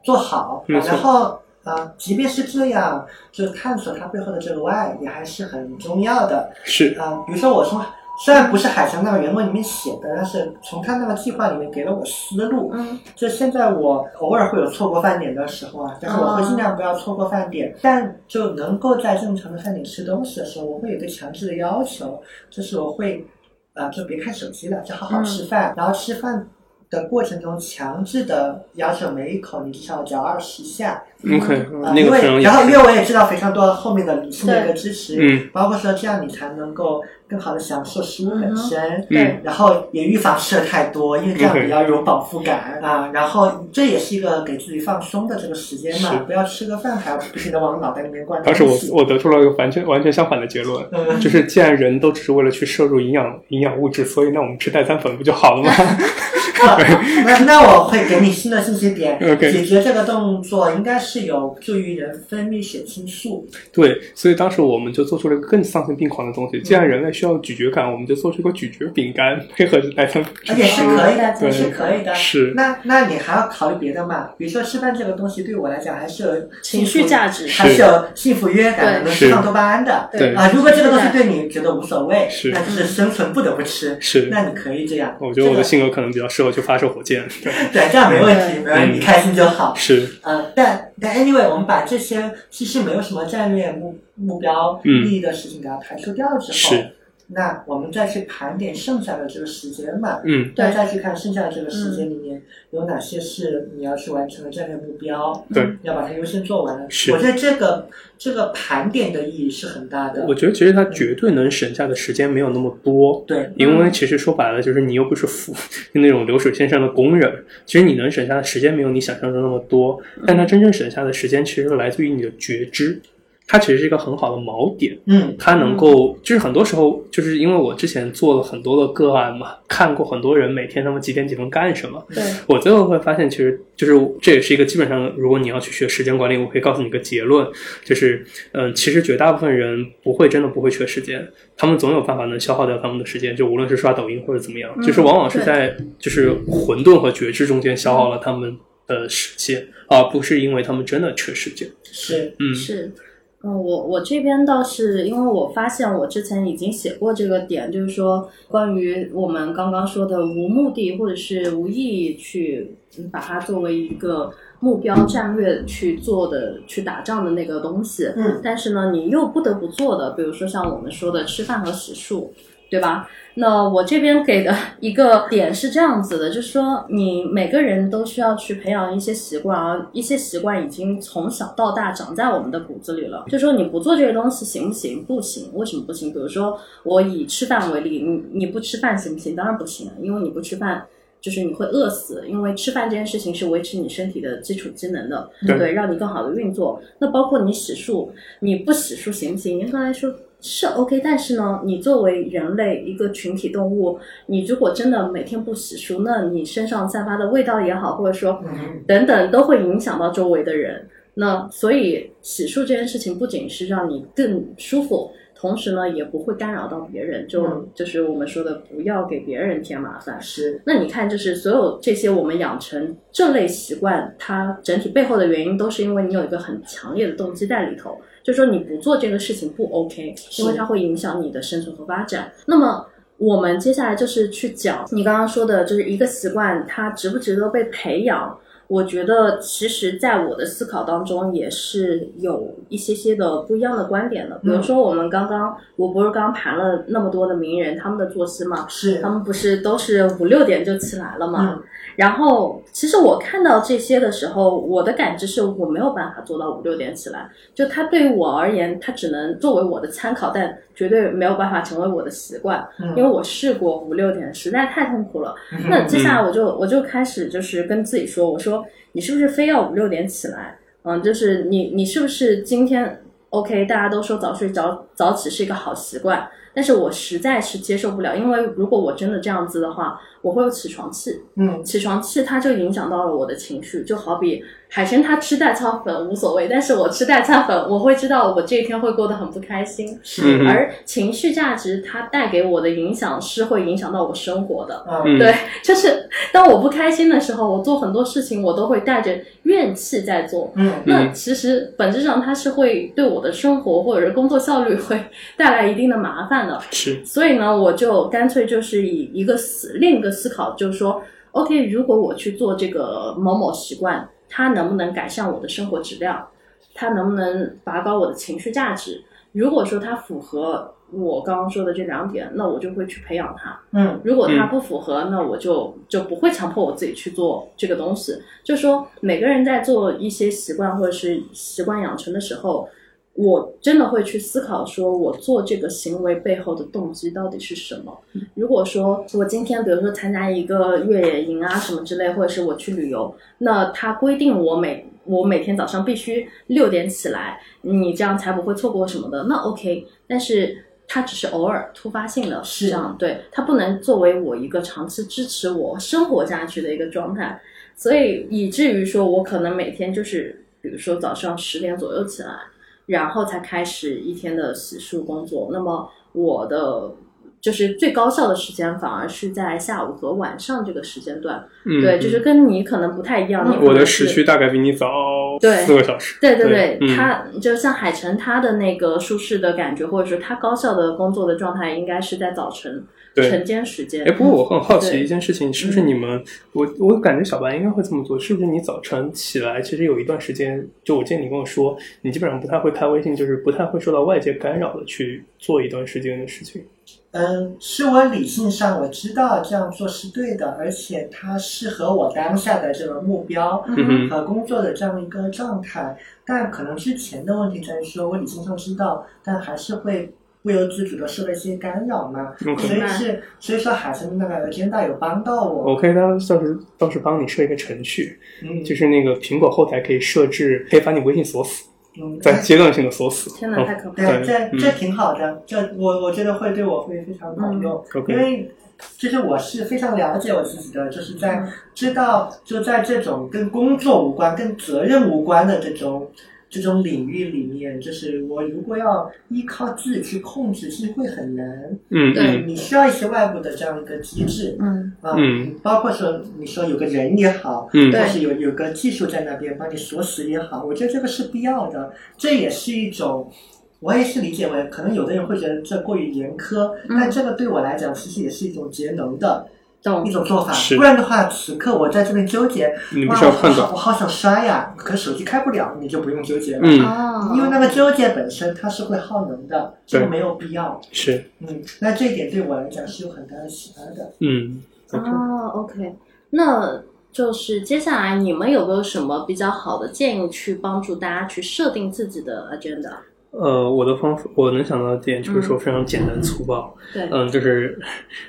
做好，
没错
然后。啊、即便是这样，就探索它背后的这个 why 也还是很重要的。
是，
啊、比如说我从虽然不是海翔那个原文里面写的，但是从他那个计划里面给了我思路。
嗯，
就现在我偶尔会有错过饭点的时候啊，但是我会尽量不要错过饭点，但就能够在正常的饭点吃东西的时候，我会有一个强制的要求，就是我会啊、就别看手机了，就好好吃饭，然后吃饭。的过程中，强制的要求每一口你至少嚼二十下，
嗯，OK，
啊
呃
那
因
个非常
为
有
然后因为我也知道非常多后面的理性的一个支持，
嗯，
包括说这样你才能够更好的享受食物本身，
嗯
然后也预防吃的太多，因为这样比较有饱腹 感啊。然后这也是一个给自己放松的这个时间
是
嘛，不要吃个饭还要不停的往脑袋里面灌东
当
西。
时我我得出了一个完全完全相反的结论，
嗯
就是既然人都只是为了去摄入营养营养物质，所以那我们吃代餐粉不就好了吗？
那那我会给你新的信息点
OK
解决这个动作应该是有助于人分泌血清素。
对，所以当时我们就做出了一个更丧心病狂的东西。
嗯
既然人类需要咀嚼感，我们就做出一个咀嚼饼干，配合着代餐粉吃
而且是可以的，
对
是可以的。
是
那那你还要考虑别的嘛？比如说吃饭这个东西对我来讲还是有
情绪价值
还是有幸福愉悦感的，
对
能
是
释放多巴胺的。
对
啊，如果这个东西对你觉得无所谓
是，
那就是生存不得不吃，
是。
那你可以这样。
我觉得我的性格可能比较适合去发射火箭。对，
对，这样没问题，
嗯
没问题，
嗯
开心就好。
是
呃，但但 anyway，我们把这些其实没有什么战略目目标
嗯
意义的事情给它排除掉之后，
是，
那我们再去盘点剩下的这个时间嘛。
嗯，
再再去看剩下的这个时间里面、有哪些是你要去完成的战略目标，
对，
要把它优先做完。
是
我觉得这个这个盘点的意义是很大的
我。觉得其实它绝对能省下的时间没有那么多。
对，
因为其实说白了，就是你又不是服那种流水线上的工人，其实你能省下的时间没有你想象中那么多，但它真正省下的时间其实来自于你的觉知，它其实是一个很好的锚点。
嗯
他能够，就是很多时候，就是因为我之前做了很多的个案嘛，看过很多人每天他们几点几分干什么，
对，
我最后会发现，其实就是这也是一个基本上，如果你要去学时间管理，我可以告诉你一个结论，就是，嗯、其实绝大部分人不会真的不会缺时间，他们总有办法能消耗掉他们的时间，就无论是刷抖音或者怎么样，
嗯
就是往往是在就是混沌和觉知中间消耗了他们的时间，而不是因为他们真的缺时间。
是
嗯，
是，嗯，我我这边倒是因为我发现我之前已经写过这个点，就是说关于我们刚刚说的无目的或者是无意义去嗯把它作为一个目标战略去做的去打仗的那个东西，
嗯
但是呢，你又不得不做的，比如说像我们说的吃饭和洗漱，对吧？那我这边给的 一个点是这样子的，就是说你每个人都需要去培养一些习惯啊，一些习惯已经从小到大长在我们的骨子里了。就说你不做这个东西行不行？不行，为什么不行？比如说我以吃饭为例，你你不吃饭行不行？当然不行啊，因为你不吃饭。就是你会饿死，因为吃饭这件事情是维持你身体的基础机能的，
对
对，让你更好的运作。那包括你洗漱，你不洗漱行不行？严格来说是 OK，但是呢，你作为人类一个群体动物，你如果真的每天不洗漱，那你身上散发的味道也好，或者说
嗯
等等，都会影响到周围的人。那所以洗漱这件事情不仅是让你更舒服，同时呢也不会干扰到别人，就、
嗯
就是我们说的不要给别人添麻烦。
是
那你看，就是所有这些我们养成这类习惯，它整体背后的原因都是因为你有一个很强烈的动机在里头，就说你不做这个事情不 OK，因为它会影响你的生存和发展。那么我们接下来就是去讲你刚刚说的，就是一个习惯它值不值得被培养。我觉得其实在我的思考当中也是有一些些的不一样的观点的。比如说我们刚刚，我不是刚盘了那么多的名人他们的作息吗？
嗯
是
他们不是都是五六点就起来了嘛？
嗯
然后，其实我看到这些的时候，我的感知是我没有办法做到五六点起来。就它对于我而言，它只能作为我的参考，但绝对没有办法成为我的习惯。
嗯
因为我试过五六点，实在太痛苦了。那接下来我就我就开始就是跟自己说，我说你是不是非要五六点起来？嗯，就是你你是不是今天 OK？大家都说早睡早早起是一个好习惯，但是我实在是接受不了，因为如果我真的这样子的话，我会有起床气。
嗯
起床气它就影响到了我的情绪，就好比海参他吃代餐粉无所谓，但是我吃代餐粉，我会知道我这一天会过得很不开心。
嗯哼
而情绪价值它带给我的影响是会影响到我生活的。
嗯
嗯
对，就是当我不开心的时候，我做很多事情我都会带着怨气在做。
嗯
那其实本质上它是会对我的生活或者是工作效率会 带来一定的麻烦的。
是
所以呢，我就干脆就是以一个思另一个思考，就是说，OK，如果我去做这个某某习惯，它能不能改善我的生活质量？它能不能拔高我的情绪价值？如果说它符合我刚刚说的这两点，那我就会去培养它。
嗯
如果它不符合，那我就就不会强迫我自己去做这个东西。就说每个人在做一些习惯或者是习惯养成的时候，我真的会去思考，说我做这个行为背后的动机到底是什么。如果说我今天比如说参加一个越野营啊什么之类，或者是我去旅游，那它规定我每我每天早上必须六点起来，你这样才不会错过什么的，那 OK。但是它只是偶尔突发性的
是
这样，对它不能作为我一个长期支持我生活下去的一个状态，所以以至于说我可能每天就是比如说早上十点左右起来。然后才开始一天的洗漱工作。那么我的就是最高效的时间，反而是在下午和晚上这个时间段。
嗯
对，就是跟你可能不太一样。你可能
我的
是
时区大概比你早
对
四个小时。
对对对，
嗯
他就像海晨，他的那个舒适的感觉，或者说他高效的工作的状态，应该是在早晨
对
晨间时间。
哎，不过我很好奇
对嗯
一件事情，是不是你们，我我感觉小白应该会这么做，是不是你早晨起来，其实有一段时间，就我见你跟我说，你基本上不太会开微信，就是不太会受到外界干扰的去做一段时间的事情。
嗯，是我理性上我知道这样做是对的，而且它适合我当下的这个目标
嗯哼
和工作的这样一个状态。但可能之前的问题在于说，我理性上知道，但还是会不由自主的受到一些干扰嘛。
有可
所
能。
以是，所以说海参的那个 agenda 有帮到我，
我可以到时到时到时帮你设一个程序，
嗯，
哦就是那个苹果后台可以设置，可以把你微信锁死，
嗯，
在阶段性的锁死。
天哪，太可怕了！
对，
对
这
嗯
这挺好的，这我我觉得会对我会非常管用，
嗯，OK
因为就是我是非常了解我自己的，就是在
嗯
知道就在这种跟工作无关、跟责任无关的这种。这种领域里面，就是我如果要依靠自己去控制，其实会很难。
嗯
对
嗯
你需要一些外部的这样一个机制
嗯，
啊，
嗯
包括说你说有个人也好，
嗯
对
或是有有个技术在那边帮你锁死也好，我觉得这个是必要的，这也是一种。我也是理解为，可能有的人会觉得这过于严苛，
嗯
但这个对我来讲，其实也是一种节能的
懂
一。种做法。
是
不然的话，此刻我在这边纠结，
你不
哇，
需
我
要
好
判断
我好想刷呀，可手机开不了，你就不用纠结了，
嗯，
哦，
因为那个纠结本身它是会耗能的，这个
对
没有必要。
是，
嗯，那这一点对我来讲是有很大的启发的。
嗯，OK，
哦，OK，那就是接下来你们有没有什么比较好的建议去帮助大家去设定自己的 agenda？
呃，我的方法我能想到的点就是说非常简单粗暴，
对，
嗯，就是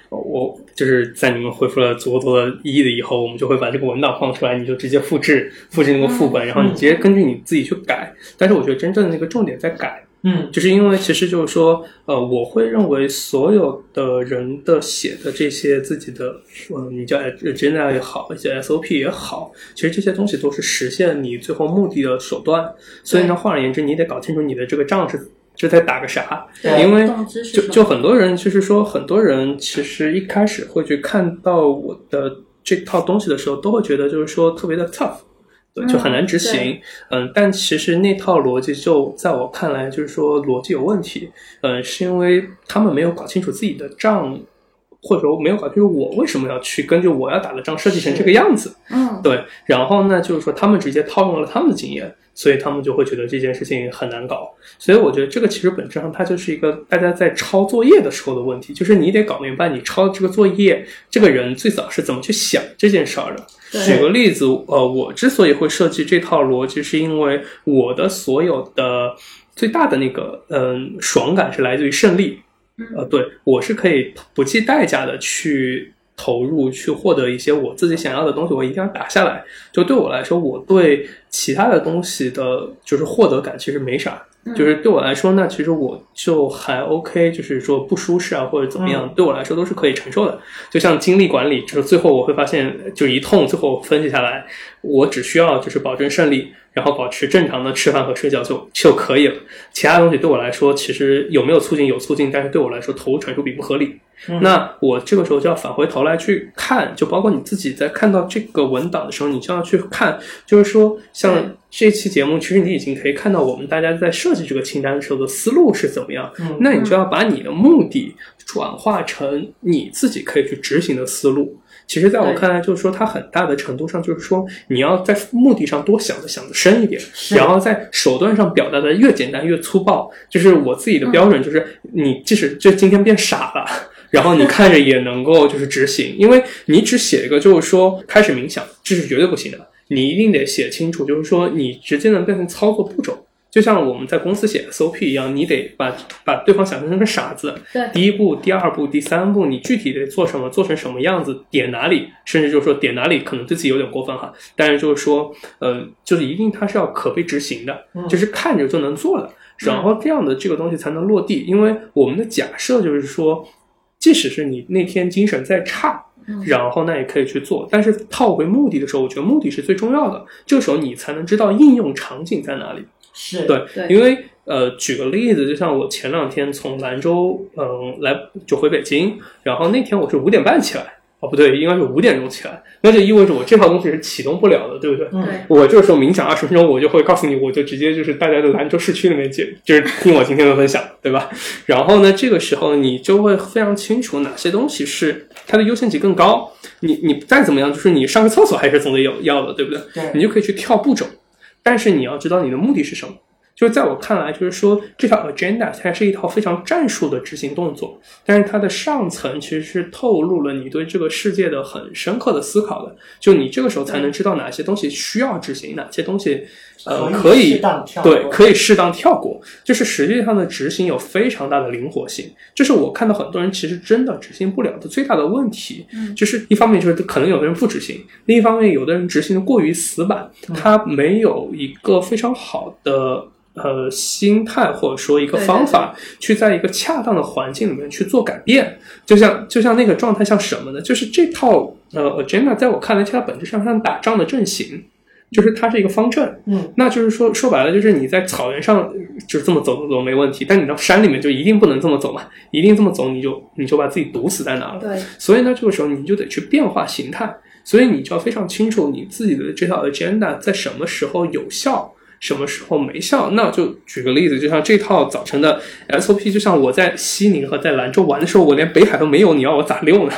呃我就是在你们回复了足够多的意义的以后，我们就会把这个文档放出来，你就直接复制复制那个副本，然后你直接根据你自己去改。但是我觉得真正的那个重点在改。
嗯
就是因为其实就是说，呃，我会认为所有的人的写的这些自己的，呃，你叫 agenda 也好，一些 SOP 也好，其实这些东西都是实现你最后目的的手段。所以呢，换而言之，你得搞清楚你的这个仗是是在打个啥，
对
因为
动知识
就
什么
就很多人就是说，很多人其实一开始会去看到我的这套东西的时候，都会觉得就是说特别的 tough。对，就很难执行，嗯但其实那套逻辑就在我看来，就是说逻辑有问题，嗯、是因为他们没有搞清楚自己的账或者我没有搞清楚我为什么要去根据我要打的仗设计成这个样子。
嗯，
对，然后呢，就是说他们直接套用了他们的经验，所以他们就会觉得这件事情很难搞。所以我觉得这个其实本质上它就是一个大家在抄作业的时候的问题，就是你得搞明白你抄这个作业，这个人最早是怎么去想这件事儿的。举
对，
个例子，呃，我之所以会设计这套逻辑，是因为我的所有的最大的那个嗯、爽感是来自于胜利。呃，对我是可以不计代价的去投入，去获得一些我自己想要的东西，我一定要打下来。就对我来说，我对其他的东西的，就是获得感其实没啥。
嗯
就是对我来说，那其实我就还 OK，就是说不舒适啊或者怎么样，对我来说都是可以承受的。就像精力管理，就是最后我会发现，就一通最后分析下来，我只需要就是保证胜利，然后保持正常的吃饭和睡觉就就可以了。其他东西对我来说，其实有没有促进有促进，但是对我来说投入产出比不合理。
嗯
那我这个时候就要返回头来去看，就包括你自己在看到这个文档的时候，你就要去看，就是说
对
像这期节目，其实你已经可以看到我们大家在设计这个清单的时候的思路是怎么样。
嗯
那你就要把你的目的转化成你自己可以去执行的思路。其实，在我
对
看来，就是说，它很大的程度上就是说，你要在目的上多想的想的深一点，
是
然后在手段上表达的越简单越粗暴。就是我自己的
嗯
标准，就是你即使就今天变傻了，然后你看着也能够就是执行，因为你只写一个就是说开始冥想，这是绝对不行的。你一定得写清楚，就是说你直接能变成操作步骤，就像我们在公司写 SOP 一样，你得把把对方想象成个傻子。
对
第一步、第二步、第三步，你具体得做什么，做成什么样子，点哪里，甚至就是说点哪里可能对自己有点过分哈，但是就是说，呃，就是一定它是要可被执行的，
嗯
就是看着就能做的，然后这样的这个东西才能落地。因为我们的假设就是说，即使是你那天精神再差
嗯。
然后那也可以去做，但是套回目的的时候，我觉得目的是最重要的。这个时候你才能知道应用场景在哪里。
是
对，
对
因为呃，举个例子，就像我前两天从兰州嗯、来就回北京，然后那天我是五点半起来，哦不对，应该是五点钟起来，那就意味着我这套东西是启动不了的，对不对？
嗯
对，
我这个时候冥想二十分钟，我就会告诉你，我就直接就是大家在兰州市区里面解，就是听我今天的分享，对吧？然后呢，这个时候你就会非常清楚哪些东西是它的优先级更高，你你再怎么样，就是你上个厕所还是总得有要的，对不对？
对
你就可以去跳步骤，但是你要知道你的目的是什么。就是在我看来，就是说这条 agenda 它是一套非常战术的执行动作，但是它的上层其实是透露了你对这个世界的很深刻的思考的。就你这个时候才能知道哪些东西需要执行，哪些东西呃可
可以
以
适当跳过
对可以适当跳过。就是实际上的执行有非常大的灵活性，这是我看到很多人其实真的执行不了的最大的问题。
嗯
就是一方面就是可能有的人不执行，另一方面有的人执行的过于死板，
嗯
他没有一个非常好的呃心态或者说一个
对对
方法去在一个恰当的环境里面去做改变。就像就像那个状态像什么呢？就是这套呃 agenda 在我看来，它本质上像打仗的阵型，就是它是一个方阵。
嗯
那就是说说白了，就是你在草原上呃就这么走走走没问题，但你到山里面就一定不能这么走嘛，一定这么走你就你就把自己堵死在哪了。
对，
所以呢，这个时候你就得去变化形态，所以你就要非常清楚你自己的这套 agenda 在什么时候有效，什么时候没效。那就举个例子，就像这套早晨的 SOP，就像我在西宁和在兰州玩的时候，我连北海都没有，你要我咋溜呢？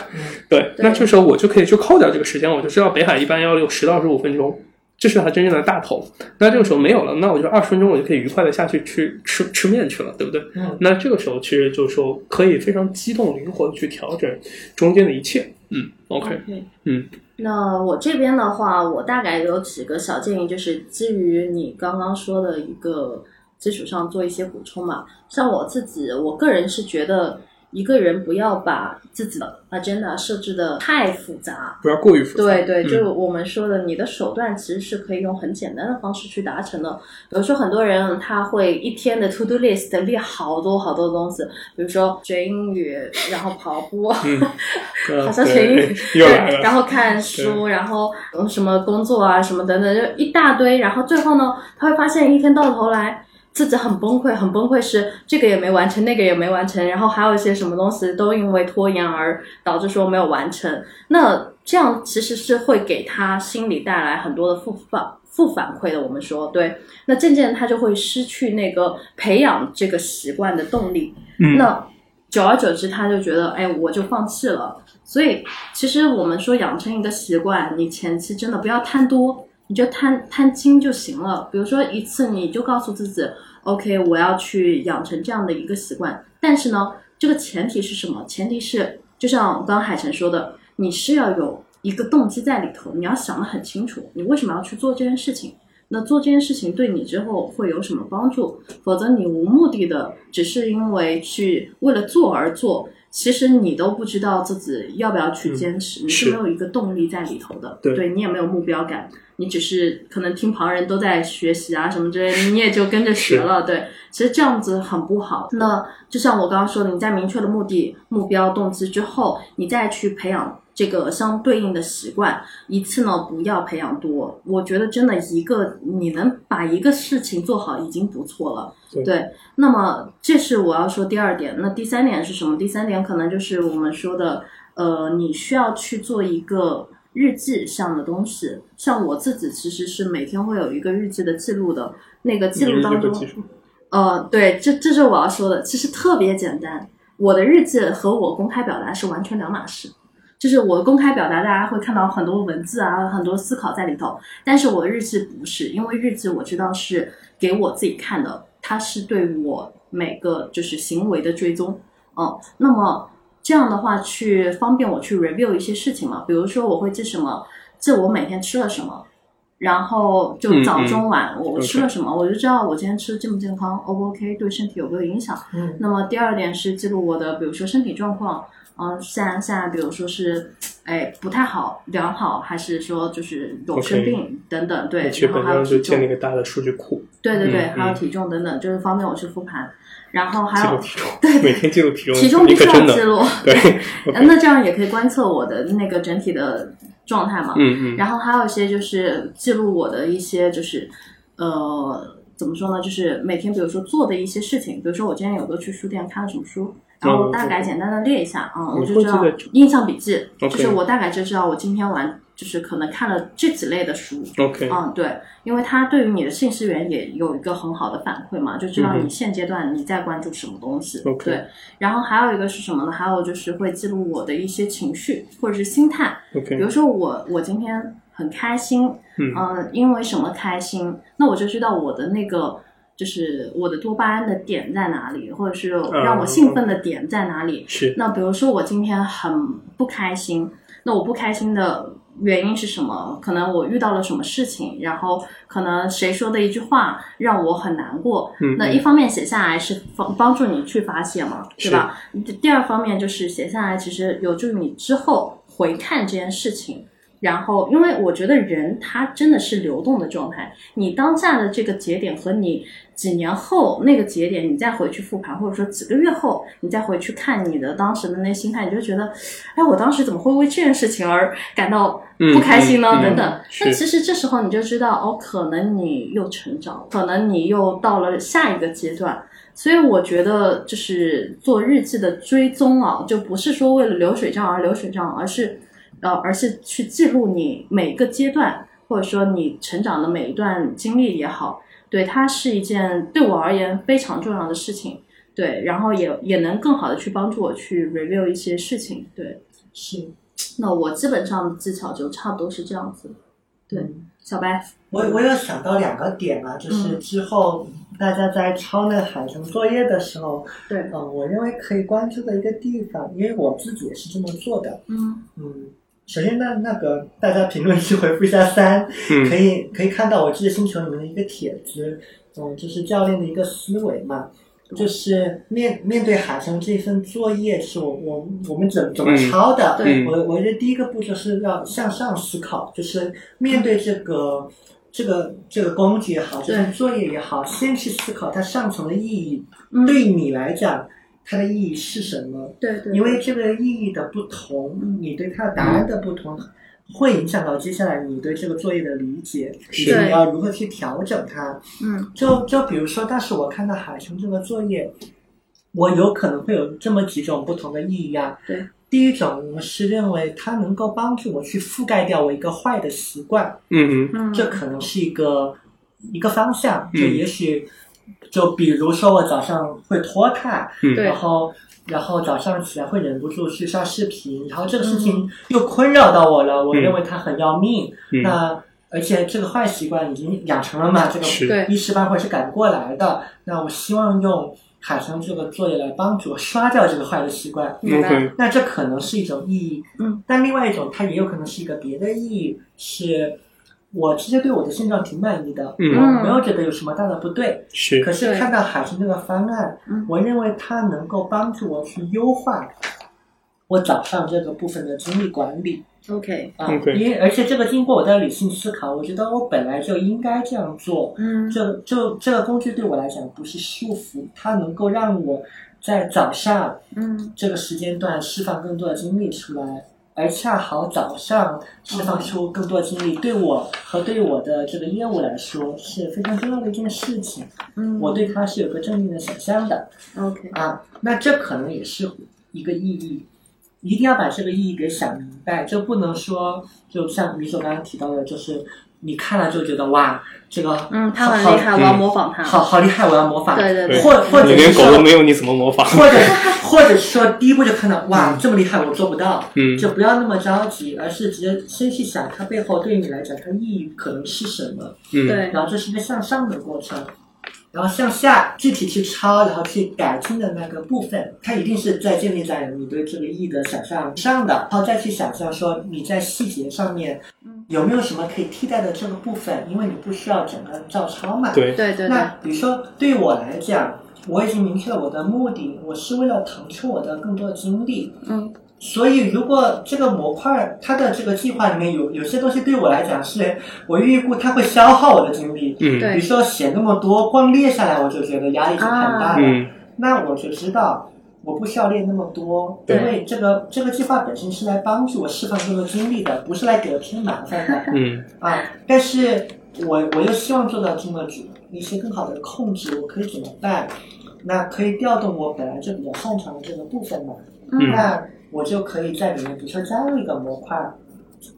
对，那这时候我就可以去扣掉这个时间，我就知道北海一般要溜十到十五分钟。这是它真正的大头，那这个时候没有了，那我就二十分钟我就可以愉快的下去去吃吃面去了，对不对？
嗯
那这个时候其实就是说可以非常机动灵活的去调整中间的一切。嗯，OK，嗯，
那我这边的话，我大概有几个小建议，就是基于你刚刚说的一个基础上做一些补充嘛。像我自己，我个人是觉得一个人不要把自己的 agenda 设置的太复杂，
不要过于复杂。
对对，
嗯
就我们说的，你的手段其实是可以用很简单的方式去达成的。比如说，很多人他会一天的 to do list 列好多好多东西，比如说学英语，然后跑步，啊
嗯
好像
对
学 英语，
又来
对
了。
然后看书，然后嗯什么工作啊，什么等等，就一大堆。然后最后呢，他会发现一天到头来自己很崩溃，很崩溃是这个也没完成，那个也没完成，然后还有一些什么东西都因为拖延而导致说没有完成。那这样其实是会给他心里带来很多的负反负反馈的。我们说对，那渐渐他就会失去那个培养这个习惯的动力。
嗯
那久而久之，他就觉得，哎，我就放弃了。所以，其实我们说养成一个习惯，你前期真的不要贪多，你就贪贪精就行了。比如说一次，你就告诉自己，OK，我要去养成这样的一个习惯。但是呢，这个前提是什么？前提是，就像刚刚海晨说的，你是要有一个动机在里头，你要想得很清楚，你为什么要去做这件事情。那做这件事情对你之后会有什么帮助？否则你无目的的，只是因为去为了做而做，其实你都不知道自己要不要去坚持，你
是
是没有一个动力在里头的，
对
你也没有目标感，你只是可能听旁人都在学习啊什么之类的，你也就跟着学了，对，其实这样子很不好。那就像我刚刚说的，你在明确了目的、目标、动机之后，你再去培养这个相对应的习惯，一次呢不要培养多，我觉得真的一个你能把一个事情做好已经不错了。
对
那么这是我要说第二点。那第三点是什么？第三点可能就是我们说的，呃，你需要去做一个日记上的东西。像我自己其实是每天会有一个日记的记录的，那个记
每日
录
一
当
个
中，
技术，
呃，对，这这是我要说的，其实特别简单。我的日记和我公开表达是完全两码事，就是我公开表达，大家会看到很多文字啊，很多思考在里头，但是我的日记不是，因为日记我知道是给我自己看的，它是对我每个就是行为的追踪，哦、那么这样的话去方便我去 review 一些事情嘛，比如说我会记什么，记我每天吃了什么，然后就
嗯
早
嗯
中晚我我吃了
OK
什么，我就知道我今天吃的健不健康，O 不 OK，对身体有没有影响。
嗯，
那么第二点是记录我的，比如说身体状况，嗯、现在现在比如说是，哎，不太好，良好，还是说就是有
OK
生病等等，对，
其实
然后
本质
还有
上就
体
建立一
重，
个大的数据库，
对对对，
嗯
还有
嗯
体重等等，就是方便我去复盘，然后
记
还
录
有
体重， 每天记录体重，
体重
你
必
可
须
真
要
的
记录，
对，
呃 那这样也可以观测我的那个整体的状态嘛，
嗯嗯，
然后还有一些就是记录我的一些就是，呃，怎么说呢？就是每天比如说做的一些事情，比如说我今天有没有去书店看了什么
哦
书，然后我大概简单的列一下啊、
你
我就
会
知道
记得
印象笔记，就
OK
是我大概就知道我今天玩就是可能看了这几类的书。
OK，
嗯，对，因为它对于你的信息源也有一个很好的反馈嘛，就知道
嗯
你
哼
现阶段你在关注什么东西。
OK
对，然后还有一个是什么呢？还有就是会记录我的一些情绪或者是心态。比
OK，
如说我我今天很开心，
嗯
呃因为什么开心，那我就知道我的那个就是我的多巴胺的点在哪里，或者是让我兴奋的点在哪里。
是
那比如说我今天很不开心，那我不开心的原因是什么？可能我遇到了什么事情，然后可能谁说的一句话让我很难过。
嗯
那一方面写下来是帮帮助你去发泄嘛，
是
对吧？第二方面就是写下来，其实有助于你之后回看这件事情。然后，因为我觉得人他真的是流动的状态，你当下的这个节点和你几年后那个节点，你再回去复盘，或者说几个月后你再回去看你的当时的那心态，你就觉得，哎，我当时怎么会为这件事情而感到不开心呢？
嗯嗯嗯
等等。那
是
其实这时候你就知道，哦，可能你又成长，可能你又到了下一个阶段。所以我觉得，就是做日记的追踪啊，就不是说为了流水账而流水账，而是，呃，而是去记录你每个阶段，或者说你成长的每一段经历也好，对它是一件对我而言非常重要的事情。对，然后也也能更好的去帮助我去 review 一些事情。对，
是。
那我基本上的技巧就差不多是这样子。对，小白，
我我有想到两个点啊，就是之后大家在抄那海豚作业的时候，
对
嗯、，我认为可以关注的一个地方，因为我自己也是这么做的。
嗯
嗯，首先那那个大家评论区回复一下三，
嗯
可以可以看到我记得星球里面的一个帖子，嗯，就是教练的一个思维嘛，就是面面对海生这份作业是我我我们怎怎么抄的？
嗯对
我我觉得第一个步骤是要向上思考，就是面对这个。这个这个工具也好，这份
对
作业也好，先去思考它上层的意义，
嗯，
对你来讲，它的意义是什么？
对对，
因为这个意义的不同
嗯，
你对它的答案的不同，会影响到接下来你对这个作业的理解，以及
对
你要如何去调整它。
嗯
就就比如说，当时我看到海城这个作业，我有可能会有这么几种不同的意义啊。
对，
第一种我是认为它能够帮助我去覆盖掉我一个坏的习惯，
嗯嗯
嗯，
这可能是一个一个方向，就
嗯
也许就比如说我早上会拖沓，
嗯
对
然后然后早上起来会忍不住去刷视频，然后这个事情又困扰到我了，我
嗯
认为它很要命。
嗯
那而且这个坏习惯已经养成了嘛，这个
是
对
一时半会儿是改不过来的。那我希望用海城这个作业来帮助我刷掉这个坏的习惯。
嗯
明白
OK
那这可能是一种意义，
嗯，
但另外一种它也有可能是一个别的意义，是我其实对我的现状挺满意的，
嗯
我没有觉得有什么大的不对，
是
可是
对
看到海城这个方案
嗯，
我认为它能够帮助我去优化我早上这个部分的精力管理，
OK，
啊
OK
因为而且这个经过我的理性思考，我觉得我本来就应该这样做，
嗯
这就这个工具对我来讲不是束缚，它能够让我在早上
嗯
这个时间段释放更多的精力出来，而恰好早上释
嗯
放出更多的精力，对我和对我的这个业务来说是非常重要的一件事情。
嗯，
我对它是有个正面的想象的
OK，
啊，那这可能也是一个意义。一定要把这个意义给想明白，就不能说，就像米总刚刚提到的，就是你看了就觉得哇，这个
嗯，他很
好
厉害，我要模仿他。
好好厉害，我要模仿。
对对嗯
对
或或
你
者
连
是
狗都
说，
没有，你怎么模仿？
或者或者是说，第一步就看到哇，这么厉害，我做不到。
嗯
就不要那么着急，而是直接先去想它背后对你来讲它意义可能是什么，
嗯
对，
然后这是一个向上的过程，然后向下具体去抄，然后去改进的那个部分，它一定是在建立在你对这个意义的想象上的，然后再去想象说你在细节上面
嗯
有没有什么可以替代的这个部分，因为你不需要整个照抄嘛。
对
对对对
那比如说，对于我来讲，我已经明确了我的目的，我是为了腾出我的更多的精力。
嗯，
所以，如果这个模块它的这个计划里面有有些东西对我来讲是，我预估它会消耗我的精力。
嗯
对
比如说写那么多，光列下来我就觉得压力就很大了。
嗯
那我就知道我不需要练那么多，因
对
为这个这个计划本身是来帮助我释放更多精力的，不是来给我添麻 烦的。
嗯
啊，但是我我又希望做到这么主一些更好的控制，我可以怎么办？那可以调动我本来就比较擅长的这个部分嘛，
嗯
那我就可以在里面，比如说加入一个模块，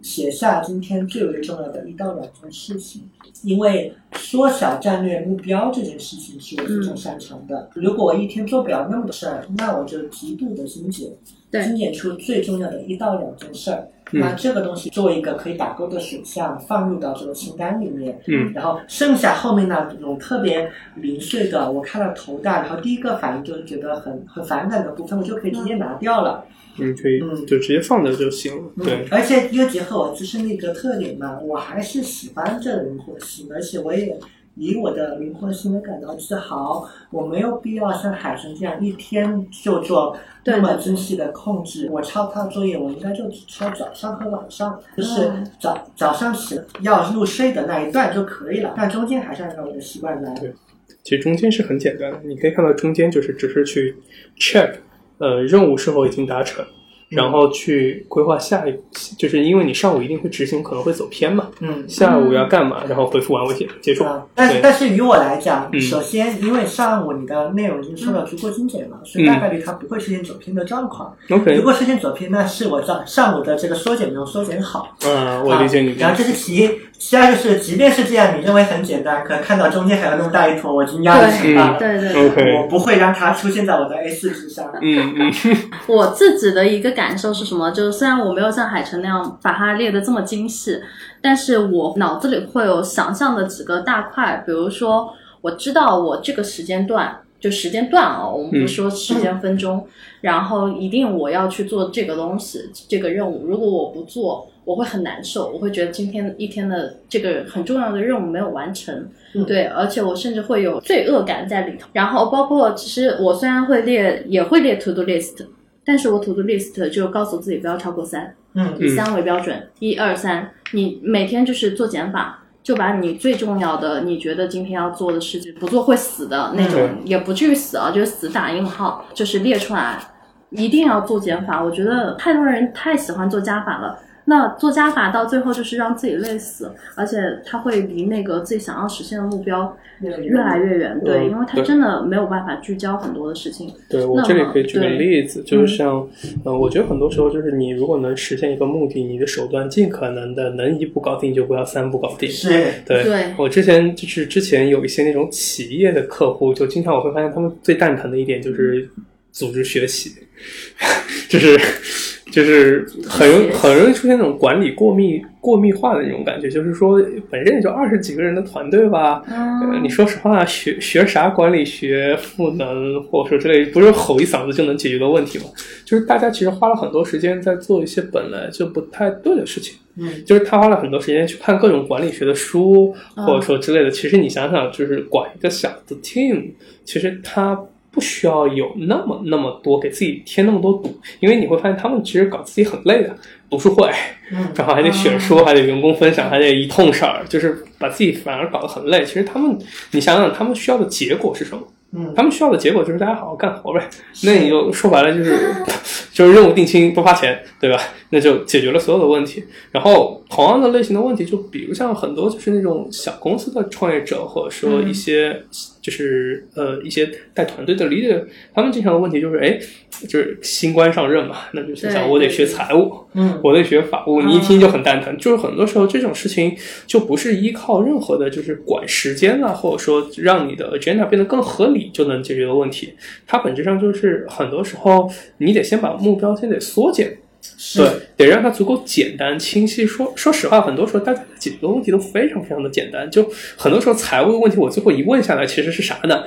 写下今天最为重要的一到两件事情，因为缩小战略目标这件事情是我非
嗯
常擅长的。如果我一天做不了那么多事儿，那我就极度的精简，
对
精简出最重要的一到两件事儿。
嗯
那这个东西作为一个可以打勾的选项放入到这个清单里面，
嗯
然后剩下后面那种特别零碎的，我看到头大，然后第一个反应就是觉得很很反感的部分，我就可以直接拿掉了。
嗯，可以
嗯
就直接放着就行了。
嗯
对，，
而且又结合我自身的一个特点嘛，我还是喜欢这灵活性，而且我也以我的灵活性而感到自豪。我没有必要像海神这样一天就做
对
那么精细的控制。我抄他作业，我应该就只抄早上和晚上，就是
嗯
早早上起要入睡的那一段就可以了。但中间还是按照我的习惯来。
对其实中间是很简单的，你可以看到中间就是只是去 check，呃，任务是否已经达成，
嗯
然后去规划下一步，就是因为你上午一定会执行，可能会走偏嘛，
嗯，
下午要干嘛，然后回复完问题结束
啊。但是
对
但是于我来讲，
嗯
首先因为上午你的内容已经说的足够精简了，所以
嗯
大概率它不会出现走偏的状况。
，OK，
如果出现走偏，那是我上上午的这个缩减没有缩减好。
嗯，我理解你
啊
的
然后
意
这
思。
是其一，其二就是，即便是这样，你认为很简单，可能看到中间还有那么大一坨，我已经压力很大了。
对对对。
OK，
我不会让它出现在我的 A 四纸上。
嗯嗯
我自己的一个感受是什么？就是虽然我没有像海城那样把它列得这么精细，但是我脑子里会有想象的几个大块，比如说我知道我这个时间段。就时间段哦，我们不说时间分钟，然后一定我要去做这个东西，这个任务。如果我不做，我会很难受，我会觉得今天一天的这个很重要的任务没有完成，对，而且我甚至会有罪恶感在里头。然后包括其实我虽然会列，也会列 to do list，但是我 to do list 就告诉自己不要超过三，
嗯
以三为标准，一二三，你每天就是做减法。就把你最重要的，你觉得今天要做的事情，不做会死的那种，
嗯
也不至于死啊，就是死打引号，就是列出来，一定要做减法。我觉得太多人太喜欢做加法了，那做加法到最后就是让自己累死，而且他会离那个自己想要实现的目标越来越远，对，
嗯
因为他
对
真的没有办法聚焦很多的事情。
对我
那
这里
么
可以举个
对
例子，就是像，嗯、我觉得很多时候就是你如果能实现一个目的，你的手段尽可能的能一步搞定就不要三步搞定。
是，
对
对
我之前就是之前有一些那种企业的客户，就经常我会发现他们最蛋疼的一点就是组织学习， 就是就是很容很容易出现那种管理过密过密化的那种感觉，就是说本身也就二十几个人的团队吧，
嗯
呃，你说实话，学学啥管理学、赋能或者说之类，不是吼一嗓子就能解决的问题嘛？就是大家其实花了很多时间在做一些本来就不太对的事情。
嗯，
就是他花了很多时间去看各种管理学的书，
嗯
或者说之类的。其实你想想，就是管一个小的 team，其实他不需要有那么那么多给自己添那么多堵，因为你会发现他们其实搞自己很累的，读书会，
嗯
然后还得选书，还得员工分享，还得一通事儿，就是把自己反而搞得很累。其实他们，你想想，他们需要的结果是什么？
嗯
他们需要的结果就是大家好好干活呗。 那你就说白了 就是就是任务定清不花钱，对吧？那就解决了所有的问题。然后同样的类型的问题，就比如像很多就是那种小公司的创业者，或者说
嗯
一些就是呃一些带团队的 leader，他们经常的问题就是哎，就是新官上任嘛，那就心想
对
我得学财务，
嗯
我在学法务，你一听就很蛋疼。就是很多时候这种事情就不是依靠任何的，就是管时间啊，或者说让你的 agenda 变得更合理就能解决的问题。它本质上就是很多时候你得先把目标先得缩减，
是
对，得让它足够简单清晰。说说实话，很多时候大家解决的问题都非常非常的简单。就很多时候财务的问题，我最后一问下来，其实是啥呢？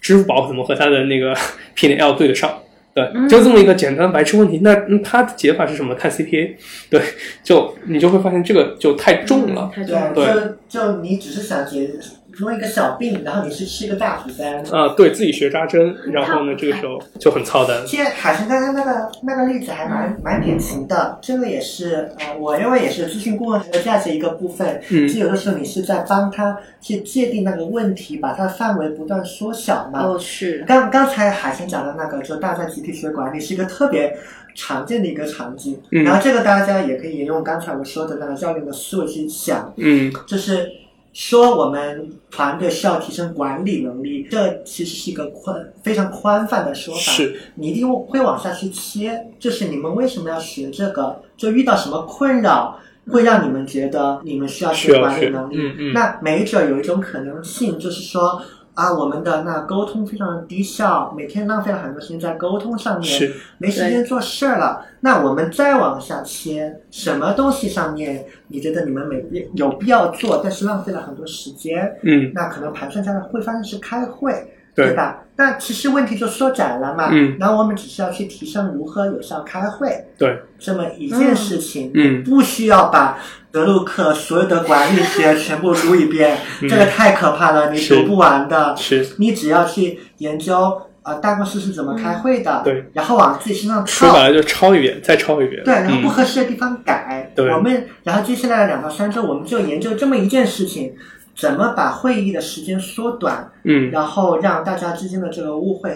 支付宝怎么和它的那个 P L 对得上？对，
嗯
就这么一个简单白痴问题。那那它的解法是什么？看 CPA，对，就你就会发现这个就太重了。
嗯太重了。
对，
对
就就你只是想解如一个小病，然后你是吃一个大补丹。
啊、对自己学扎针，然后呢，这个时候就很操蛋。
其实卡神刚刚那个那个例子还
嗯
蛮蛮典型的，这个也是呃，我认为也是咨询顾问的价值一个部分。
嗯
其实有的时候你是在帮他去界定那个问题，把它的范围不断缩小嘛。
哦，是，
刚刚才海生讲的那个，就大家集体学管理是一个特别常见的一个场景。
嗯
然后这个大家也可以沿用刚才我说的那个教练的思维去想，
嗯
就是说我们团队需要提升管理能力，这其实是一个宽非常宽泛的说法。
是，
你一定会往下去切，就是你们为什么要学这个？就遇到什么困扰？会让你们觉得你们需要
需
学
要
管理
学
能力，
嗯嗯
那没准有一种可能性，就是说啊，我们的那沟通非常的低效，每天浪费了很多时间在沟通上面
是，
没时间做事儿了。那我们再往下切，什么东西上面你觉得你们没必有必要做，但是浪费了很多时间？
嗯
那可能盘算下来会发现是开会，
对
吧？那其实问题就缩窄了嘛。
嗯
然后我们只需要去提升如何有效开会
对，
这么一件事情，
嗯
不需要把德鲁克所有的管理学全部读一遍，
嗯
这个太可怕了，你
是
读不完的。
是
你只要去研究呃办公室是怎么开会的，
嗯对，
然后往自己身上
说
套，
白了就抄一遍，再抄一遍。
对，然后
嗯
不合适的地方改。
对
我们然后接下来的两到三周，我们就研究这么一件事情，怎么把会议的时间缩短，
嗯，
然后让大家之间的这个误会、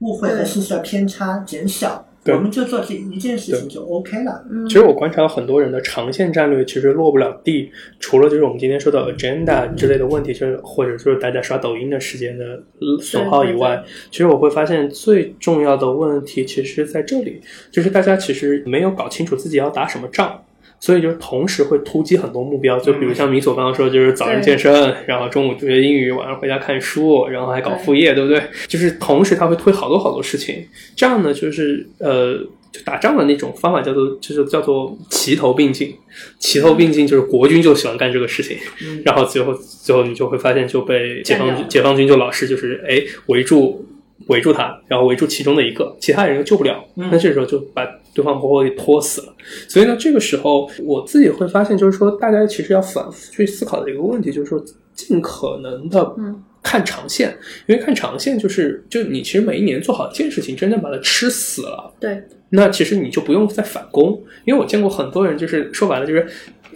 误会和
对
信息的偏差减小。
对
我们就做这一件事情就 OK 了。
嗯
其实我观察很多人的长线战略其实落不了地，除了就是我们今天说的 agenda 之类的问题，就是或者说大家刷抖音的时间的呃损耗以外，其实我会发现最重要的问题其实在这里，就是大家其实没有搞清楚自己要打什么仗。所以就是同时会突击很多目标，就比
嗯
如像米索刚刚说，就是早上
对
健身，然后中午学英语，晚上回家看书，然后还搞副业，对不对？就是同时他会推好多好多事情，这样呢，就是呃，就打仗的那种方法叫做就是叫做齐头并进。齐头并进就是国军就喜欢干这个事情，
嗯
然后最后最后你就会发现就被解放
占领
军
了
解放军就老是就是哎围住围住他，然后围住其中的一个，其他人又救不了，
嗯
那这时候就把对方活活给拖死了。所以呢，这个时候我自己会发现，就是说大家其实要反复去思考的一个问题，就是说尽可能的
嗯
看长线，因为看长线就是就你其实每一年做好一件事情，真正把它吃死了，
对，
那其实你就不用再反攻，因为我见过很多人，就是说白了就是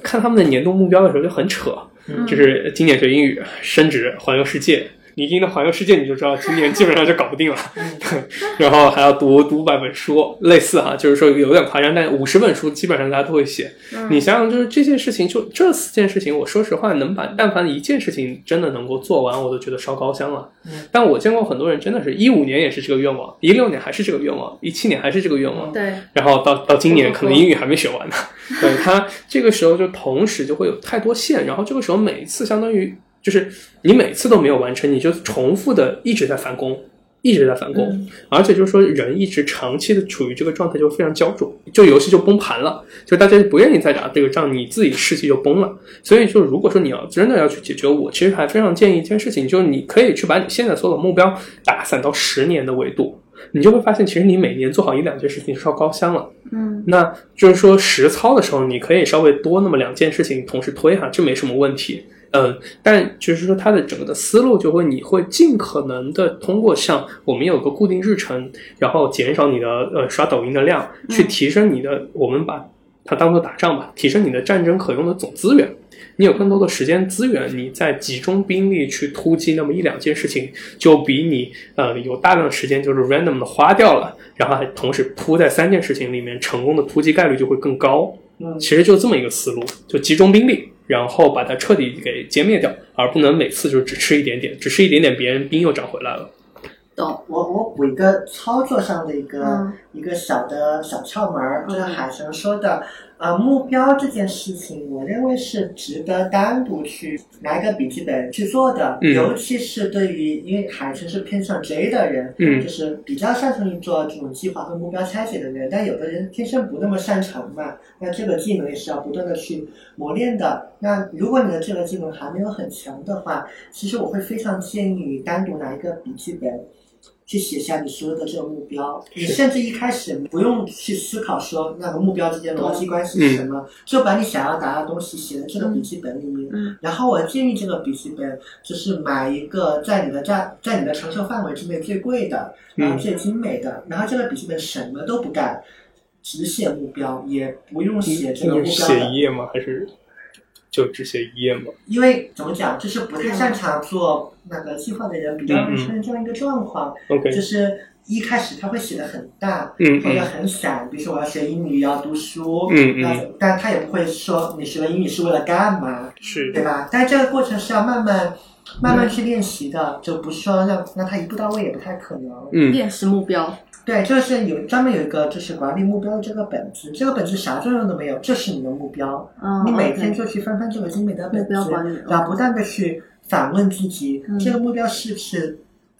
看他们的年度目标的时候就很扯，
嗯
就是今年学英语、升职、环游世界。你一听到环游世界，你就知道今年基本上就搞不定了，
嗯
然后还要读读五百本书，类似哈，就是说有点夸张，但五十本书基本上大家都会写。
嗯
你想想，就是这件事情，就这四件事情，我说实话，能把但凡一件事情真的能够做完，我都觉得烧高香了。
嗯
但我见过很多人，真的是一五年也是这个愿望，一六年还是这个愿望，一七年还是这个愿望，
对，
然后到到今年
不不
可能英语还没学完呢，对他这个时候就同时就会有太多线，然后这个时候每一次相当于就是你每次都没有完成，你就重复的一直在返工，一直在反攻，而且就是说人一直长期的处于这个状态就非常焦灼，就游戏就崩盘了，就大家就不愿意再打这个仗，你自己士气就崩了。所以就如果说你要真的要去解决，我其实还非常建议一件事情，就是你可以去把你现在所有的目标打散到十年的维度。你就会发现，其实你每年做好一两件事情烧高香了。
嗯
那就是说实操的时候，你可以稍微多那么两件事情同时推哈，这没什么问题。嗯，但就是说它的整个的思路就会，你会尽可能的通过像我们有个固定日程，然后减少你的呃刷抖音的量，去提升你的，呃我们把它当做打仗吧，提升你的战争可用的总资源。你有更多的时间资源，你再集中兵力去突击那么一两件事情，就比你呃有大量的时间就是 random 的花掉了，然后还同时扑在三件事情里面，成功的突击概率就会更高。
嗯
其实就这么一个思路，就集中兵力，然后把它彻底给歼灭掉，而不能每次就只吃一点点，只吃一点点，别人兵又长回来了。
懂，
我我补一个操作上的一个、
嗯
一个小的小窍门儿，就是
嗯
海神说的，呃，目标这件事情，我认为是值得单独去拿一个笔记本去做的，
嗯
尤其是对于因为海神是偏向 J 的人，
嗯
就是比较擅长于做这种计划和目标拆解的人，但有的人天生不那么擅长嘛，那这个技能也是要不断的去磨练的。那如果你的这个技能还没有很强的话，其实我会非常建议你单独拿一个笔记本。去写下你所有的这个目标，你
是
甚至一开始不用去思考说那个目标之间的逻辑关系
嗯
是什么，就把你想要达到的东西写在这个笔记本里面。
嗯
然后我建议这个笔记本就是买一个在你的在在你的承受范围之内最贵的，然后
嗯
最精美的，然后这个笔记本什么都不干，只写目标，也不用写这个目
就是嗯
标
写一
的，
页吗？还是就只写一页吗？
因为怎么讲，就是不太擅长做那个计划的人比较容易出现这样一个状况，
OK，
就是一开始他会写的很大，
嗯
或
嗯
者很散，比如说我要学英语，要读书，
嗯
那
嗯，
但他也不会说你学了英语是为了干嘛，
是
对吧？但这个过程是要慢慢、慢慢去练习的，就不是说让让他一步到位也不太可能。
嗯
练习目标，
对，就是有专门有一个就是管理目标的这个本子，这个本子啥作用都没有，这是你的目标，
嗯，
你每
OK
天就去翻翻这个精美的本
目标管理
子，然后啊不断的去反问自己，
嗯
这个目标是不是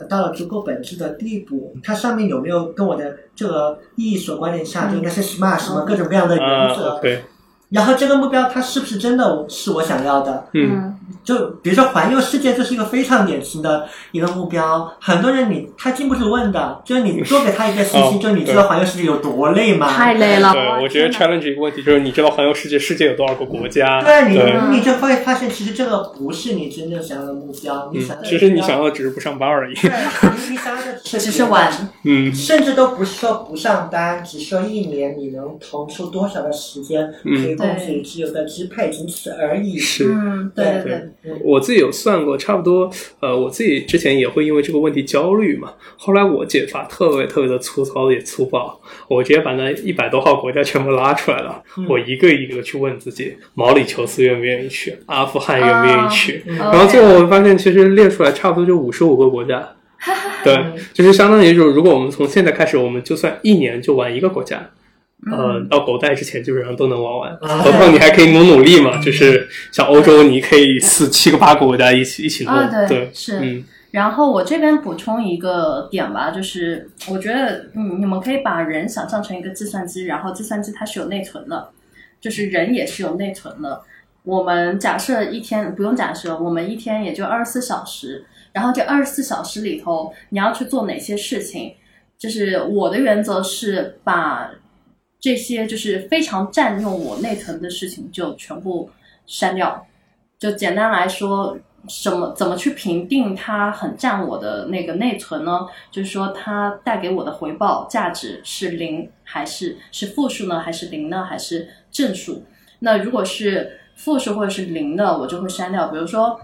到了足够本质的地步？它上面有没有跟我的这个意义所关联
嗯
上，就那些 SMART 什么各种各样的
啊
原则？
，OK，
然后这个目标它是不是真的是我想要的？
嗯
就比如说环游世界，这是一个非常典型的一个目标。很多人你他经不住问的，就是你多给他一个信息，
哦
就你知道环游世界有多累吗？
太累了，
对，我觉得
天哪
challenge 一个问题就是，你知道环游世界，世界有多少个国家？
对啊你
对，
你就会发现，其实这个不是你真正想要的目标。你想
嗯，
要的
其实你想要的只是不上班而已。
对，你你想要的
只是玩，
嗯
甚至都不是说不上班，只说一年你能腾出多少的时间可
嗯
以供自己自由的支配，仅此而已。
是
嗯，对对，
我自己有算过，差不多，呃，我自己之前也会因为这个问题焦虑嘛。后来我解法特别特别的粗糙也粗暴，我直接把那一百多号国家全部拉出来了，
嗯
我一个一个去问自己，毛里求斯愿不愿意去，阿富汗愿不愿意去，
对，
然后最后
OK
我会发现，其实列出来差不多就五十五个 国家。对，就是相当于就是，如果我们从现在开始，我们就算一年就玩一个国家，
嗯
呃，到狗带之前基本上都能玩完。
啊
何况你还可以努努力嘛，就是像欧洲，你可以四七个八个国家一起一起弄。
啊，
对，
是，
嗯
然后我这边补充一个点吧，就是我觉得，嗯，你们可以把人想象成一个计算机，然后计算机它是有内存的，就是人也是有内存的。我们假设一天不用假设，我们一天也就二十四小时，然后这二十四小时里头，你要去做哪些事情？就是我的原则是把这些就是非常占用我内存的事情就全部删掉。就简单来说，什么怎么去评定它很占我的那个内存呢？就是说它带给我的回报价值是零还是是负数呢？还是零呢？还是正数？那如果是负数或者是零的，我就会删掉。比如说，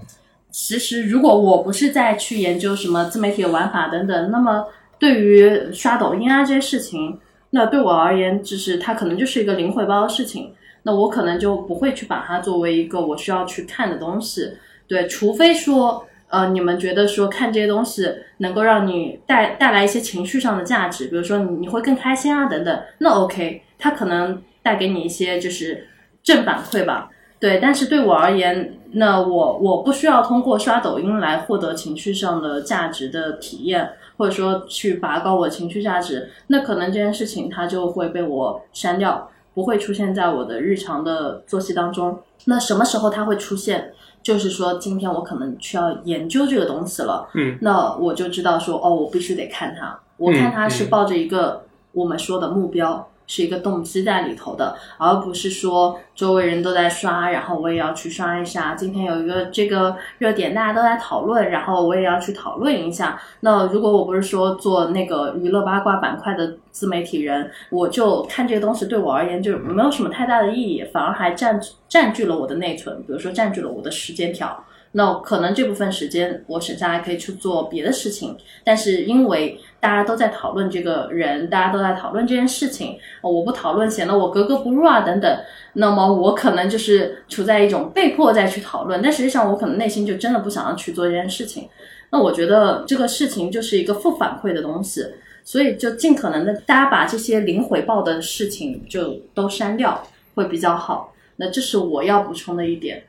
其实如果我不是在去研究什么自媒体的玩法等等，那么对于刷抖音啊这些事情，那对我而言，就是它可能就是一个零回报的事情。那我可能就不会去把它作为一个我需要去看的东西，对，除非说，呃，你们觉得说看这些东西能够让你带带来一些情绪上的价值，比如说你你会更开心啊等等，那 OK，它可能带给你一些就是正反馈吧。对，但是对我而言，那我我不需要通过刷抖音来获得情绪上的价值的体验，或者说去拔高我情绪价值，那可能这件事情它就会被我删掉，不会出现在我的日常的作息当中。那什么时候它会出现？就是说，今天我可能需要研究这个东西了，
嗯，
那我就知道说，哦，我必须得看它。我看它是抱着一个我们说的目标，是一个动机在里头的，而不是说周围人都在刷，然后我也要去刷一下。今天有一个这个热点，大家都在讨论，然后我也要去讨论一下。那如果我不是说做那个娱乐八卦板块的自媒体人，我就看这个东西对我而言就没有什么太大的意义，反而还占占据了我的内存，比如说占据了我的时间条。那可能这部分时间我省下来可以去做别的事情，但是因为大家都在讨论这个人，大家都在讨论这件事情，呃我不讨论显得我格格不入啊等等，那么我可能就是处在一种被迫再去讨论，但实际上我可能内心就真的不想要去做这件事情。那我觉得这个事情就是一个负反馈的东西，所以就尽可能的大家把这些零回报的事情就都删掉会比较好。那这是我要补充的一点。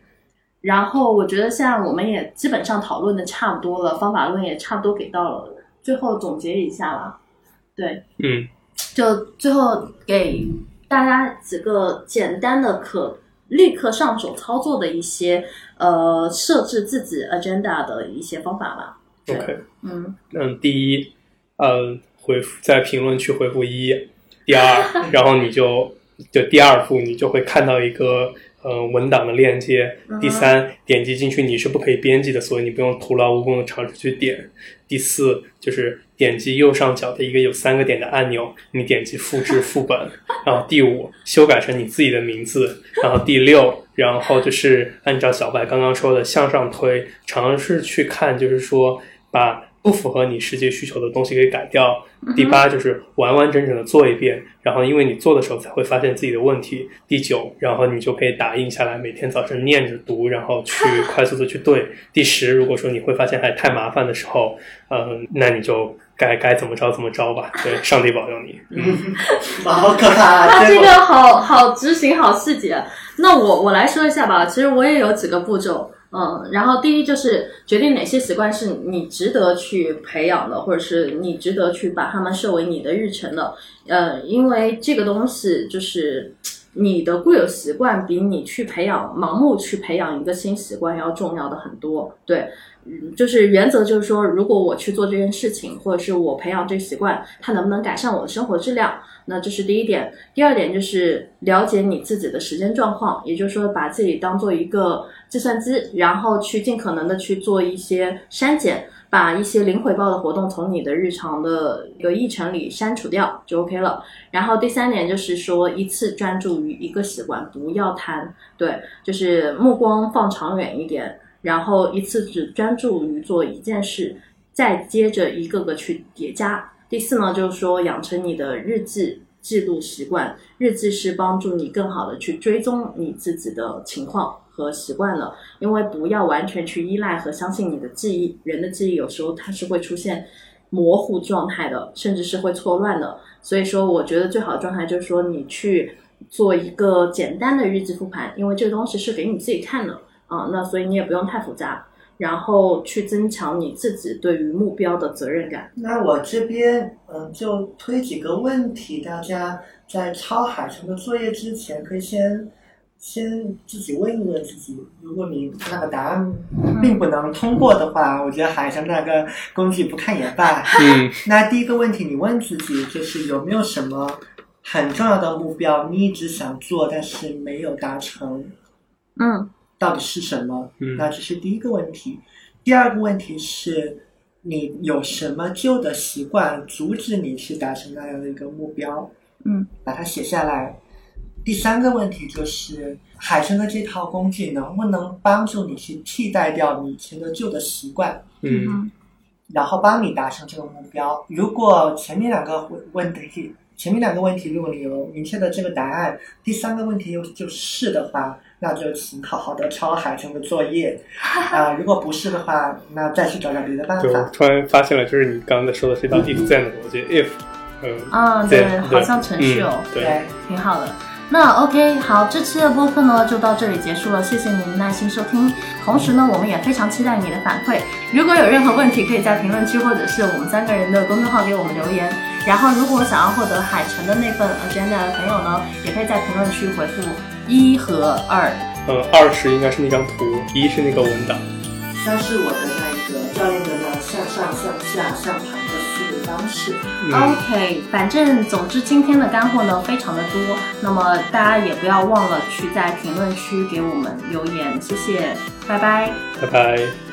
然后我觉得现在我们也基本上讨论的差不多了，方法论也差不多给到了，最后总结一下啦。对，
嗯，
就最后给大家几个简单的可立刻上手操作的一些呃设置自己 agenda 的一些方法吧。对
OK，
嗯，
嗯，第一，呃，回复在评论区回复一，第二，然后你就就第二步你就会看到一个呃文档的链接，第三，点击进去你是不可以编辑的，所以你不用徒劳无功的尝试去点。第四就是点击右上角的一个有三个点的按钮，你点击复制副本。然后第五，修改成你自己的名字。然后第六，然后就是按照小白刚刚说的向上推，尝试去看，就是说把不符合你实际需求的东西给改掉。第八就是完完整整的做一遍，然后因为你做的时候才会发现自己的问题。第九，然后你就可以打印下来，每天早晨念着读，然后去快速的去对。第十，如果说你会发现还太麻烦的时候，嗯、那你就该该怎么着怎么着吧。对，上帝保佑你。嗯
哇，好可怕啊！
它
结
这
果
个好好执行，好细节。那我我来说一下吧，其实我也有几个步骤。嗯，然后第一就是决定哪些习惯是你值得去培养的，或者是你值得去把它们设为你的日程的。呃，因为这个东西就是你的固有习惯比你去培养盲目去培养一个新习惯要重要的很多。对，嗯，就是原则就是说，如果我去做这件事情，或者是我培养这习惯，它能不能改善我的生活质量？那这是第一点。第二点就是了解你自己的时间状况，也就是说，把自己当做一个计算机，然后去尽可能的去做一些删减，把一些零回报的活动从你的日常的一个议程里删除掉就 OK 了。然后第三点就是说，一次专注于一个习惯，不要贪，对，就是目光放长远一点，然后一次只专注于做一件事，再接着一个个去叠加。第四呢，就是说养成你的日记记录习惯，日记是帮助你更好的去追踪你自己的情况和习惯的，因为不要完全去依赖和相信你的记忆，人的记忆有时候它是会出现模糊状态的，甚至是会错乱的。所以说，我觉得最好的状态就是说你去做一个简单的日记复盘，因为这个东西是给你自己看的啊、那所以你也不用太复杂，然后去增强你自己对于目标的责任感。
那我这边嗯，就推几个问题，大家在抄海城的作业之前，可以先先自己问一问自己。如果你那个答案并不能通过的话，我觉得海城那个工具不看也罢。
嗯，
那第一个问题，你问自己就是有没有什么很重要的目标，你一直想做但是没有达成，
嗯，
到底是什么？
嗯
那这是第一个问题。第二个问题是，你有什么旧的习惯阻止你去达成那样的一个目标？
嗯，
把它写下来。第三个问题就是，海参的这套工具能不能帮助你去替代掉你以前的旧的习惯？
嗯
然后帮你达成这个目标。如果前面两个问问题，前面两个问题如果你有明确的这个答案，第三个问题又就是的话，那就请好好的抄海城的作业啊、如果不是的话，那再去找找别的办
对，我
法。
突然发现了，就是你刚才说的这道 if then 的逻辑，if，嗯，
啊，
对
对，好像程序哦，
嗯对，
对，
挺好的。那 OK，好，这期的播客呢就到这里结束了，谢谢您的耐心收听。同时呢，我们也非常期待你的反馈。如果有任何问题，可以在评论区或者是我们三个人的公众号给我们留言。然后，如果想要获得海城的那份 agenda 的朋友呢，也可以在评论区回复一和二。
嗯，二十应该是那张图，一是那个文档。
像是我的那一个教练的那向上、向下、向盘的思维方式。
哦
嗯，
OK，反正总之今天的干货呢非常的多，那么大家也不要忘了去在评论区给我们留言，谢谢，拜拜。
拜拜。